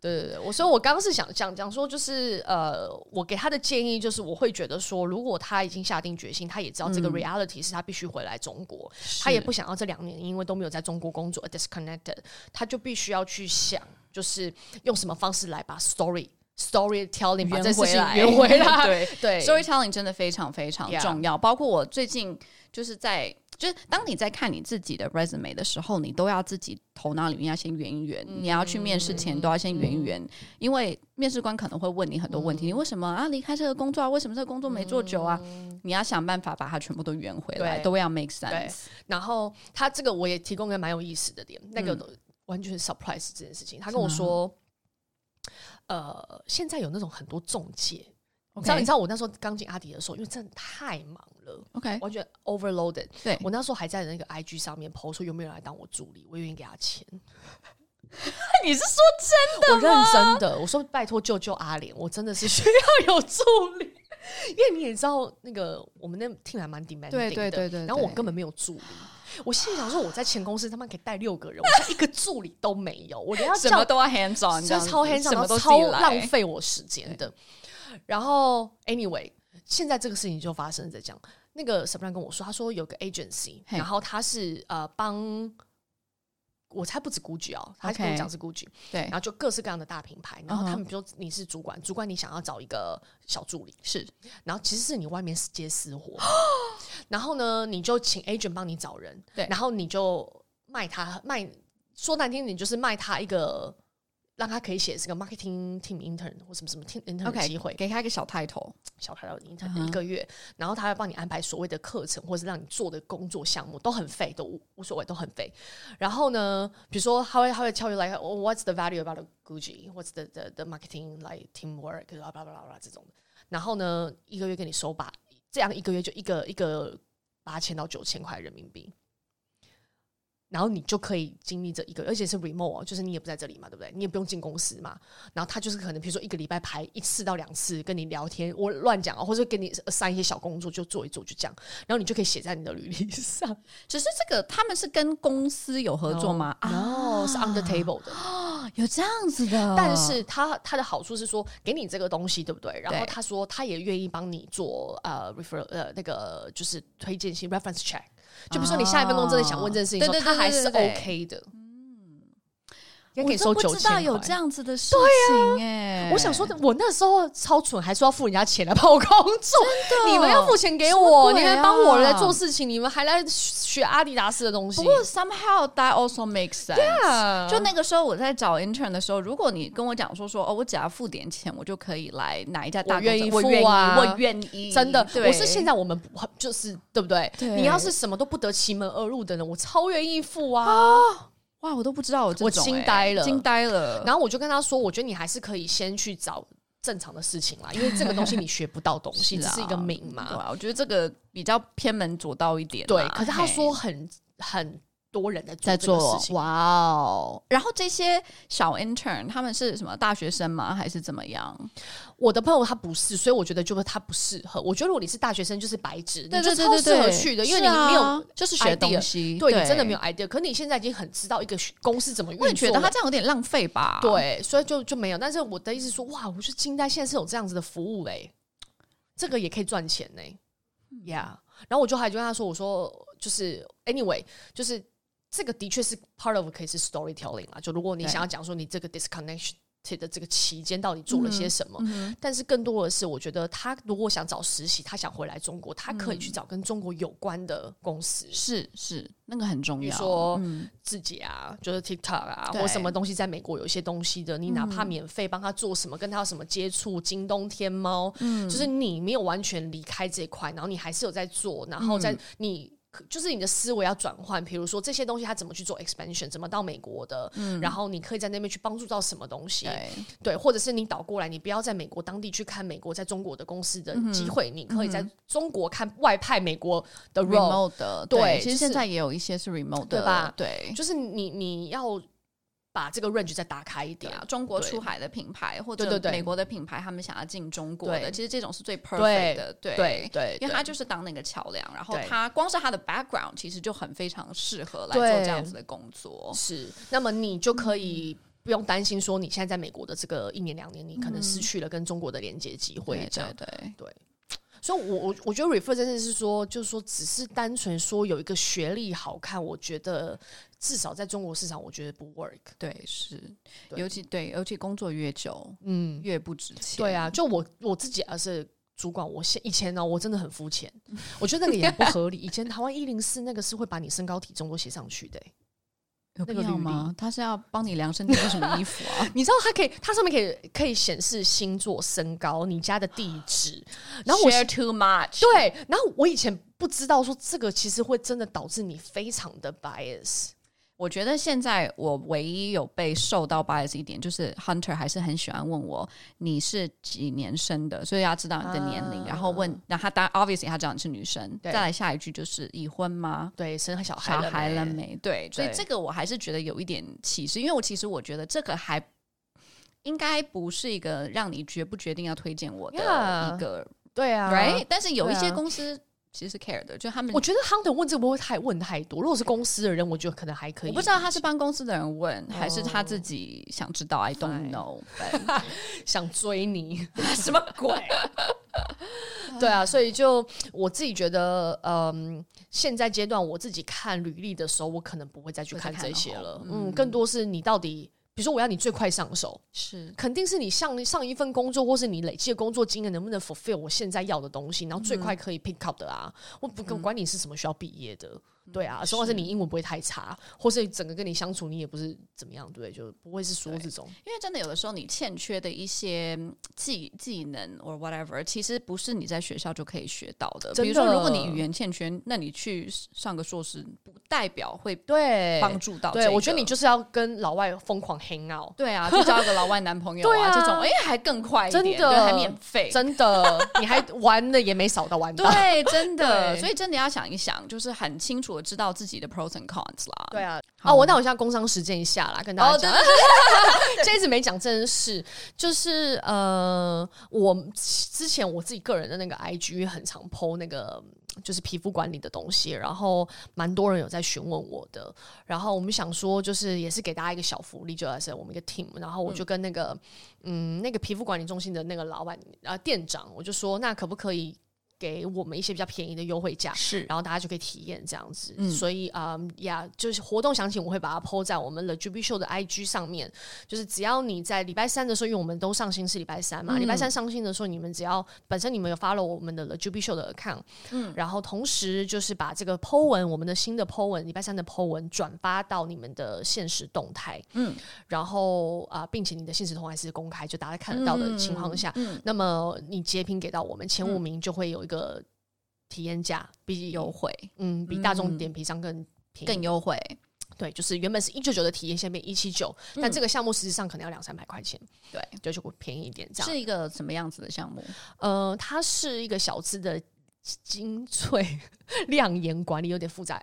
Speaker 1: 对对对，我所以，我刚刚是想讲讲说，就是呃，我给他的建议就是，我会觉得说，如果他已经下定决心，他也知道这个
Speaker 2: 嗯
Speaker 1: reality 是他必须回来中国，他也不想要这两年因为都没有在中国工作而 disconnected，他就必须要去想，就是用什么方式来把 story storytelling 把这
Speaker 2: 圆
Speaker 1: 事
Speaker 2: 回
Speaker 1: 情
Speaker 2: 来，
Speaker 1: 圆回来。
Speaker 2: [laughs] 对
Speaker 1: 对，所以
Speaker 2: storytelling 真的非常非常
Speaker 1: Yeah
Speaker 2: 重要。包括我最近就是在，就是当你在看你自己的 resume 的时候，你都要自己头脑里面要先圆一圆。你要去面试前都要先圆一圆，因为面试官可能会问你很多问题，你为什么啊离开这个工作啊？为什么这个工作没做久啊？你要想办法把它全部都圆回来，
Speaker 1: 对
Speaker 2: 都要 make
Speaker 1: 对
Speaker 2: sense。
Speaker 1: 然后他这个我也提供一个蛮有意思的点，那个完全 surprise 这件事情，他跟我说，呃，现在有那种很多中介。你知道，你知道我那时候刚进阿迪的时候，因为真的太忙了，
Speaker 2: OK，
Speaker 1: 完全 overloaded。
Speaker 2: 对，
Speaker 1: 我那时候还在那个 IG 上面 PO 说有没有人来当我助理，我愿意给他钱。
Speaker 2: 你是说
Speaker 1: 我认真的，我说拜托救救阿莲，我真的是需要有助理，因为你也知道那个我们那 team 还蛮 demanding 的，
Speaker 2: 对对对对对
Speaker 1: 然后我根本没有助理。我心里想说，我在前公司他妈可以带六个人，我现在一个助理都没有，我连要
Speaker 2: 什
Speaker 1: 叫
Speaker 2: 么都要 hands on，
Speaker 1: 所以
Speaker 2: 这样子
Speaker 1: 超黑上，
Speaker 2: 什
Speaker 1: 然
Speaker 2: 么
Speaker 1: 后
Speaker 2: 都
Speaker 1: 超
Speaker 2: 自己来
Speaker 1: 浪费我时间的。然后，anyway，现在这个事情就发生在讲，那个 s a b r a 跟我说，他说有个 agency，
Speaker 2: 嘿
Speaker 1: 然后他是呃帮，我猜不止 GUCCI 哦，他跟我
Speaker 2: OK
Speaker 1: 讲是 GUCCI，
Speaker 2: 对
Speaker 1: 然后就各式各样的大品牌，然后
Speaker 2: 嗯哼
Speaker 1: 他们比如说你是主管，主管你想要找一个小助理，
Speaker 2: 是
Speaker 1: 然后其实是你外面接私活，
Speaker 2: [gasps]
Speaker 1: 然后呢，你就请 agent 帮你找人，
Speaker 2: 对
Speaker 1: 然后你就卖他卖，说难听点就是卖他一个，让他可以写是个 marketing team intern 或什么什么 team intern 的
Speaker 2: OK，
Speaker 1: 机会
Speaker 2: 给他一个小 title，
Speaker 1: 小开到 intern
Speaker 2: 嗯
Speaker 1: 的
Speaker 2: 哼
Speaker 1: 一个月，然后他会帮你安排所谓的课程或是让你做的工作项目都很废，都无无所谓，都很废。然后呢，比如说他会他会 tell you like、oh, what's the value about Gucci，what's the the the marketing like teamwork，blah blah blah blah 这种的。然后呢，一个月给你收把，这样一个月就一个一个八千到九千块人民币。然后你就可以经历这一个，而且是 remote，哦就是你也不在这里嘛，对不对？你也不用进公司嘛。然后他就是可能，比如说一个礼拜排一次到两次跟你聊天，我乱讲啊，或者给你 assign 一些小工作就做一做，就这样。然后你就可以写在你的履历上。
Speaker 2: 只是这个他们是跟公司有合作吗？啊，
Speaker 1: 哦，是 on the table 的。
Speaker 2: 有这样子的，
Speaker 1: 但是他他的好处是说，给你这个东西，对不对？然后
Speaker 2: 对
Speaker 1: 他说他也愿意帮你做呃 refer 呃那个就是推荐信 reference check。就比如说你下一份工真的想问这件事情的时候，
Speaker 2: 对啊对对
Speaker 1: 他还是
Speaker 2: 对对对
Speaker 1: OK 的。嗯，也
Speaker 2: 我
Speaker 1: 可以收
Speaker 2: 都
Speaker 1: 九
Speaker 2: 不知道
Speaker 1: 千
Speaker 2: 有
Speaker 1: 块
Speaker 2: 这。样子的事情哎、
Speaker 1: 啊我想说的，我那时候超蠢，还说要付人家钱来帮我工作，你们要付钱给我，
Speaker 2: 什么鬼啊
Speaker 1: 你们帮我来做事情，你们还来学阿迪达斯的东西
Speaker 2: 不。过 somehow that also makes sense。
Speaker 1: 啊
Speaker 2: 就那个时候我在找 intern 的时候，如果你跟我讲说说哦，我只要付点钱，我就可以来哪一家大
Speaker 1: 我愿意
Speaker 2: 公
Speaker 1: 付
Speaker 2: 司我愿意，
Speaker 1: 啊
Speaker 2: 我愿意，
Speaker 1: 真的，
Speaker 2: 对
Speaker 1: 我是现在我们不就是对不对？
Speaker 2: 对
Speaker 1: 你要是什么都不得其门而入的人，我超愿意付啊。
Speaker 2: 哇，我都不知道我这种、
Speaker 1: 我惊呆了
Speaker 2: 哎惊呆了。
Speaker 1: 然后我就跟他说，我觉得你还是可以先去找正常的事情
Speaker 2: [laughs]
Speaker 1: 啦，因为这个东西你学不到东西，
Speaker 2: 是啊
Speaker 1: 只是一个名
Speaker 2: 对
Speaker 1: 嘛。
Speaker 2: 啊，我觉得这个比较偏门左道一点啊、
Speaker 1: 对，可是他
Speaker 2: 嘿
Speaker 1: 说很很多人在
Speaker 2: 在
Speaker 1: 做这个
Speaker 2: 做
Speaker 1: 事，情。
Speaker 2: 哇哦！然后这些小 intern 他们是什么大学生吗？还是怎么样？
Speaker 1: 我的朋友他不是，所以我觉得就是他不适合。我觉得如果你是大学生，就是白纸，
Speaker 2: 对
Speaker 1: 你就
Speaker 2: 对对
Speaker 1: 超
Speaker 2: 对
Speaker 1: 适合
Speaker 2: 对，
Speaker 1: 去的，因为
Speaker 2: 是
Speaker 1: 你
Speaker 2: 啊
Speaker 1: 没有
Speaker 2: 就是学
Speaker 1: idea
Speaker 2: 东西，
Speaker 1: 对你真的没有。idea。可你现在已经很知道一个公司怎么运作
Speaker 2: 我
Speaker 1: 了，
Speaker 2: 也觉得他这样有点浪费吧。，
Speaker 1: 对，所以就就没有。但是我的意思是说，哇，我觉得清代现在是有这样子的服务哎、这个也可以赚钱呢、Yeah，然后我就还就跟他说，我说就是 anyway，就是这个的确是 part of 可以是 storytelling 啦。就如果你
Speaker 2: 对
Speaker 1: 想要讲说你这个 disconnection。的这个期间到底做了些什么？
Speaker 2: 嗯
Speaker 1: 但是更多的是，我觉得他如果想找实习，他想回来中国，他可以去找跟中国有关的公司，
Speaker 2: 是是，那个很重
Speaker 1: 比如
Speaker 2: 要。
Speaker 1: 说
Speaker 2: 嗯
Speaker 1: 自己啊，就是 TikTok 啊，
Speaker 2: 对嗯
Speaker 1: 或什么东西，在美国有一些东西的，你哪怕免费帮他做什么，跟他有什么接触，京东、天猫，
Speaker 2: 嗯
Speaker 1: 就是你没有完全离开这一块，然后你还是有在做，然后
Speaker 2: 嗯
Speaker 1: 在你。就是你的思维要转换，比如说这些东西它怎么去做 expansion，怎么到美国的，然后你可以在那边去帮助到什么东西，
Speaker 2: 嗯对，
Speaker 1: 对，或者是你倒过来，你不要在美国当地去看美国在中国的公司的
Speaker 2: 嗯
Speaker 1: 机会，你可以在中国看外派美国的 role，
Speaker 2: remote 的，
Speaker 1: 对
Speaker 2: 其
Speaker 1: 就
Speaker 2: 实现
Speaker 1: 是
Speaker 2: 在也有一些是 remote
Speaker 1: 对
Speaker 2: 的，
Speaker 1: 吧
Speaker 2: 对。
Speaker 1: 就是你你要把这个 range 再打开一
Speaker 2: 对
Speaker 1: 点
Speaker 2: 啊，，中国
Speaker 1: 对
Speaker 2: 出海的品牌或
Speaker 1: 对
Speaker 2: 者
Speaker 1: 对对
Speaker 2: 美国的品牌，他们想要进中国的，
Speaker 1: 对
Speaker 2: 其实这种是最
Speaker 1: 对
Speaker 2: perfect 的，对
Speaker 1: 对对，
Speaker 2: 因为他
Speaker 1: 对
Speaker 2: 就是当那个桥梁，然后
Speaker 1: 对
Speaker 2: 他光是他的 background 其实就很非常适合来做
Speaker 1: 对
Speaker 2: 这样子的工作。
Speaker 1: 是，那么你就可以。不用担心，说你现在在美国的这个一年两年，你可能失去了跟中国的连接机会
Speaker 2: 对，
Speaker 1: 这样
Speaker 2: 对。对，
Speaker 1: 所以我，我我觉得 refer 真的是说，就是说，只是单纯说有一个学历好看，我觉得至少在中国市场，我觉得不 work。
Speaker 2: 对是，
Speaker 1: 对
Speaker 2: 尤其对，尤其工作越久
Speaker 1: 嗯，
Speaker 2: 越不值钱。
Speaker 1: 对，啊，就我我自己而啊是主管，我现以前哦呢，我真的很肤浅，我觉得那个也很不合理。以前台湾一零四那个是会把你身高体重都写上去的欸、
Speaker 2: 有
Speaker 1: 那个
Speaker 2: 必要
Speaker 1: 履
Speaker 2: 吗？他是要帮你量身定做什么衣服啊？
Speaker 1: 你知道它可以，它上面可以可以显示星座、身高、你家的地
Speaker 2: [laughs]
Speaker 1: 址， [laughs] 然后我
Speaker 2: share too much，
Speaker 1: 对，然后我以前不知道说这个其实会真的导致你非常的 bias，
Speaker 2: 我觉得现在我唯一有被受到 bias 一点，就是 Hunter 还是很喜欢问我你是几年生的，所以要知道你的年龄，
Speaker 1: 啊
Speaker 2: 然后问，然后他当 obviously 他知道你是女生，
Speaker 1: 对
Speaker 2: 再来下一句就是已婚吗？
Speaker 1: 对，生小孩
Speaker 2: 小
Speaker 1: 了
Speaker 2: 孩了
Speaker 1: 没？
Speaker 2: 没？对，所以
Speaker 1: 对
Speaker 2: 这个我还是觉得有一点歧视，因为我其实我觉得这个还应该不是一个让你决不决定要推荐我的
Speaker 1: Yeah
Speaker 2: 一个
Speaker 1: 对啊
Speaker 2: right，但是有一
Speaker 1: 对
Speaker 2: 些
Speaker 1: 啊
Speaker 2: 公司其实是 care 的，就他们
Speaker 1: 我觉得 Hunter 问这个会不会太问太多？如果是公司的人，我觉得可能还可以。
Speaker 2: 我不知道他是帮公司的人问，还是他
Speaker 1: 哦
Speaker 2: 自己想知道。I don't know，but- [laughs]
Speaker 1: 想追你，
Speaker 2: 什么 [laughs] 鬼？
Speaker 1: 对啊，所以就我自己觉得，嗯，现在阶段我自己看履历的时候，我可能不会再去
Speaker 2: 不再
Speaker 1: 看
Speaker 2: 看
Speaker 1: 这
Speaker 2: 了
Speaker 1: 些
Speaker 2: 哦
Speaker 1: 了。嗯，
Speaker 2: 嗯
Speaker 1: 更多是你到底，比如说我要你最快上手，
Speaker 2: 是
Speaker 1: 肯定是你上上一份工作，或是你累积的工作经验能不能 fulfill 我现在要的东西，然后最
Speaker 2: 嗯
Speaker 1: 快可以 pick up 的啊。我不跟管你是什么学校毕业的，
Speaker 2: 嗯
Speaker 1: 对啊，主要是你英文不会太差，或是整个跟你相处你也不是怎么样，对，就不会是说这种
Speaker 2: 因为真的有的时候你欠缺的一些嗯技技能 or whatever，其实不是你在学校就可以学到的。
Speaker 1: 真
Speaker 2: 比如说，
Speaker 1: 的
Speaker 2: 如果你语言欠缺，那你去上个硕士，不代表会
Speaker 1: 对
Speaker 2: 帮助到、
Speaker 1: 对，我觉得你。就是要跟老外疯狂 hang out，
Speaker 2: [laughs] 对啊，去交一个老外男朋友
Speaker 1: 对啊
Speaker 2: 这种哎、还更快一点，
Speaker 1: 真的
Speaker 2: 对还免费，
Speaker 1: 真的，你还玩的也没少到玩到。
Speaker 2: [laughs] 对，啊真的，
Speaker 1: 对
Speaker 2: 所以真的要想一想，就是很清楚的知道自己的 pros and cons 啦。
Speaker 1: 对啊，
Speaker 2: 好
Speaker 1: 哦，我那我现在工商实践一下啦，跟大家
Speaker 2: 哦
Speaker 1: 讲， [laughs] 这一直没讲正事，就是呃，我之前我自己个人的那个 IG 很常 PO 那个就是皮肤管理的东西，然后蛮多人有在询问我的，然后我们想说就是也是给大家一个小福利，就是我们一个 team，然后我就跟那个嗯那个皮肤管理中心的那个老板呃店长，我就说那可不可以给我们一些比较便宜的优惠价？
Speaker 2: 是
Speaker 1: 然后大家就可以体验这样子。
Speaker 2: 嗯
Speaker 1: 所以啊呀就是活动详情我会把它 PO 在我们 The j u b y Show 的 IG 上面。就是只要你在礼拜三的时候，因为我们都上新是礼拜三嘛，
Speaker 2: 嗯
Speaker 1: 礼拜三上新的时候，你们只要本身你们有 follow 我们的 The j u b y Show 的 account，
Speaker 2: 嗯
Speaker 1: 然后同时就是把这个 PO 文，我们的新的 PO 文，礼拜三的 PO 文转发到你们的现实动态，
Speaker 2: 嗯，
Speaker 1: 然后啊、并且你的现实动态是公开，就大家看得到的情况下，
Speaker 2: 嗯，
Speaker 1: 那么你截屏给到我们前五名就会有一个体验价，比
Speaker 2: 优惠
Speaker 1: 嗯，比大众
Speaker 2: 嗯
Speaker 1: 点评上更便宜。
Speaker 2: 更优惠，
Speaker 1: 对，就是原本是一九九的体验，现在变一七九，
Speaker 2: 嗯
Speaker 1: 但这个项目实际上可能要两三百块钱，
Speaker 2: 对，
Speaker 1: 就就会便宜一点这样。
Speaker 2: 是一个什么样子的项目？
Speaker 1: 呃，它是一个 [laughs] 小资的精粹亮眼管理，有点复杂。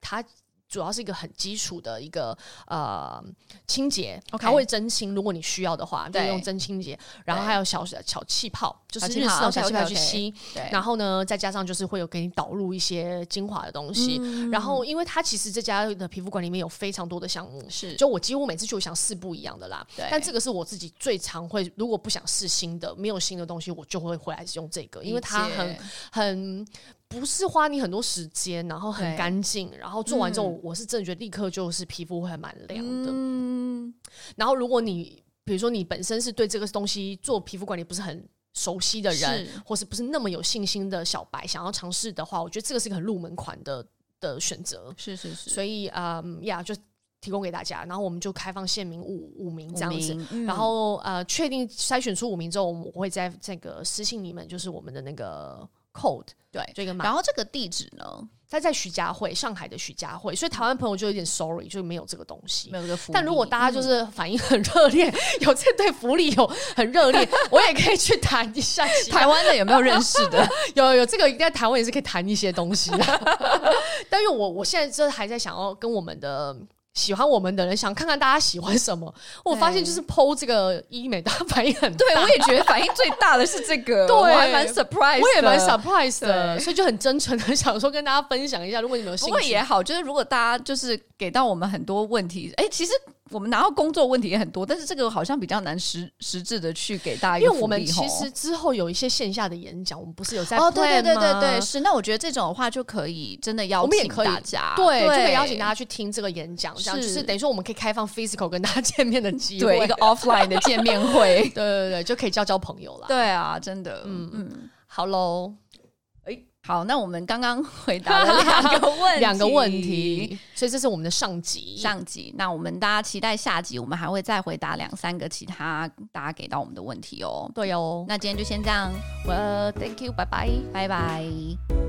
Speaker 1: 它主要是一个很基础的一个呃清洁
Speaker 2: OK
Speaker 1: 它会蒸清，如果你需要的话，就
Speaker 2: 对
Speaker 1: 用蒸清洁，然后还有小小气泡，就是
Speaker 2: 小气
Speaker 1: 日式
Speaker 2: 泡
Speaker 1: 那种小气泡去
Speaker 2: OK，OK，OK
Speaker 1: 吸，
Speaker 2: 对，
Speaker 1: 然后呢，再加上就是会有给你导入一些精华的东西，
Speaker 2: 嗯
Speaker 1: 然后因为它其实这家的皮肤馆里面有非常多的项目，
Speaker 2: 是
Speaker 1: 就我几乎每次去我想试不一样的啦，
Speaker 2: 对
Speaker 1: 但这个是我自己最常会，如果不想试新的，没有新的东西，我就会回来用这个，因为它
Speaker 2: 理
Speaker 1: 很
Speaker 2: 解
Speaker 1: 很。不是花你很多时间，然后很
Speaker 2: 对
Speaker 1: 干净，然后做完之后，
Speaker 2: 嗯
Speaker 1: 我是真的觉得立刻就是皮肤会还蛮凉的。
Speaker 2: 嗯，
Speaker 1: 然后如果你比如说你本身是对这个东西做皮肤管理不是很熟悉的人
Speaker 2: 是，
Speaker 1: 或是不是那么有信心的小白，想要尝试的话，我觉得这个是一个很入门款的的选择。
Speaker 2: 是是是，
Speaker 1: 所以，嗯呀，就提供给大家，然后我们就开放限名五五名这样子。
Speaker 2: 子，嗯
Speaker 1: 然后呃，确定筛选出五名之后，我们我会在这个私信你们，就是我们的那个 code
Speaker 2: 对
Speaker 1: 这个码
Speaker 2: 然后这个地址呢，
Speaker 1: 它在徐家汇，上海的徐家汇，所以台湾朋友就有点 sorry，就没有这个东西
Speaker 2: 没。有这个服务，
Speaker 1: 但如果大家就是反应很热烈，有这对福利有很热 [laughs] 烈，我也可以去谈一下其他。
Speaker 2: 台湾的有没有认识的？
Speaker 1: 有有这个，在台湾也是可以谈一些东西的。 [laughs] 但因为我我现在就是还在想要跟我们的。喜欢我们的人想看看大家喜欢什么，我发现就是 PO 这个医美，大家反应 [laughs] 很大，
Speaker 2: 对，我也觉得反应最大的是这
Speaker 1: [laughs]
Speaker 2: 个，
Speaker 1: 对
Speaker 2: 我还蛮 surprise，
Speaker 1: 我也蛮
Speaker 2: 的
Speaker 1: surprise 的，
Speaker 2: 对
Speaker 1: 所以就很真诚的想说跟大家分享一下，如果你们有兴
Speaker 2: 不
Speaker 1: 趣，
Speaker 2: 过也好，就是如果大家就是给到我们很多问题，哎、其实我们拿到工作问题也很多，但是这个好像比较难实实质的去给大家一
Speaker 1: 因
Speaker 2: 个
Speaker 1: 为
Speaker 2: 福利
Speaker 1: 我们其
Speaker 2: 吼
Speaker 1: 实之后有一些线下的演讲，我们不是有在
Speaker 2: 哦，对
Speaker 1: plan
Speaker 2: 对对对
Speaker 1: 吗
Speaker 2: 对，是。那我觉得这种的话就可以真的邀
Speaker 1: 我们也
Speaker 2: 请
Speaker 1: 可以
Speaker 2: 大家，
Speaker 1: 对，就
Speaker 2: 就
Speaker 1: 可以邀请大家去听这个演讲，这样就是是等于说我们可以开放 physical 跟大家 [laughs] 见面的机会，。
Speaker 2: 对一个 offline 的见面会
Speaker 1: [laughs] 对对对，就可以交交朋友啦。
Speaker 2: 对啊，真的，嗯嗯，
Speaker 1: 好喽，
Speaker 2: 好，那我们刚刚回答了两个问
Speaker 1: [laughs]
Speaker 2: 题，
Speaker 1: 两个问。题，所以这是我们的上集。
Speaker 2: 上集，那我们大家期待下集，我们还会再回答两三个其他大家给到我们的问题哦。
Speaker 1: 对哦，
Speaker 2: 那今天就先这样，
Speaker 1: 我 thank you，拜拜。
Speaker 2: 拜拜。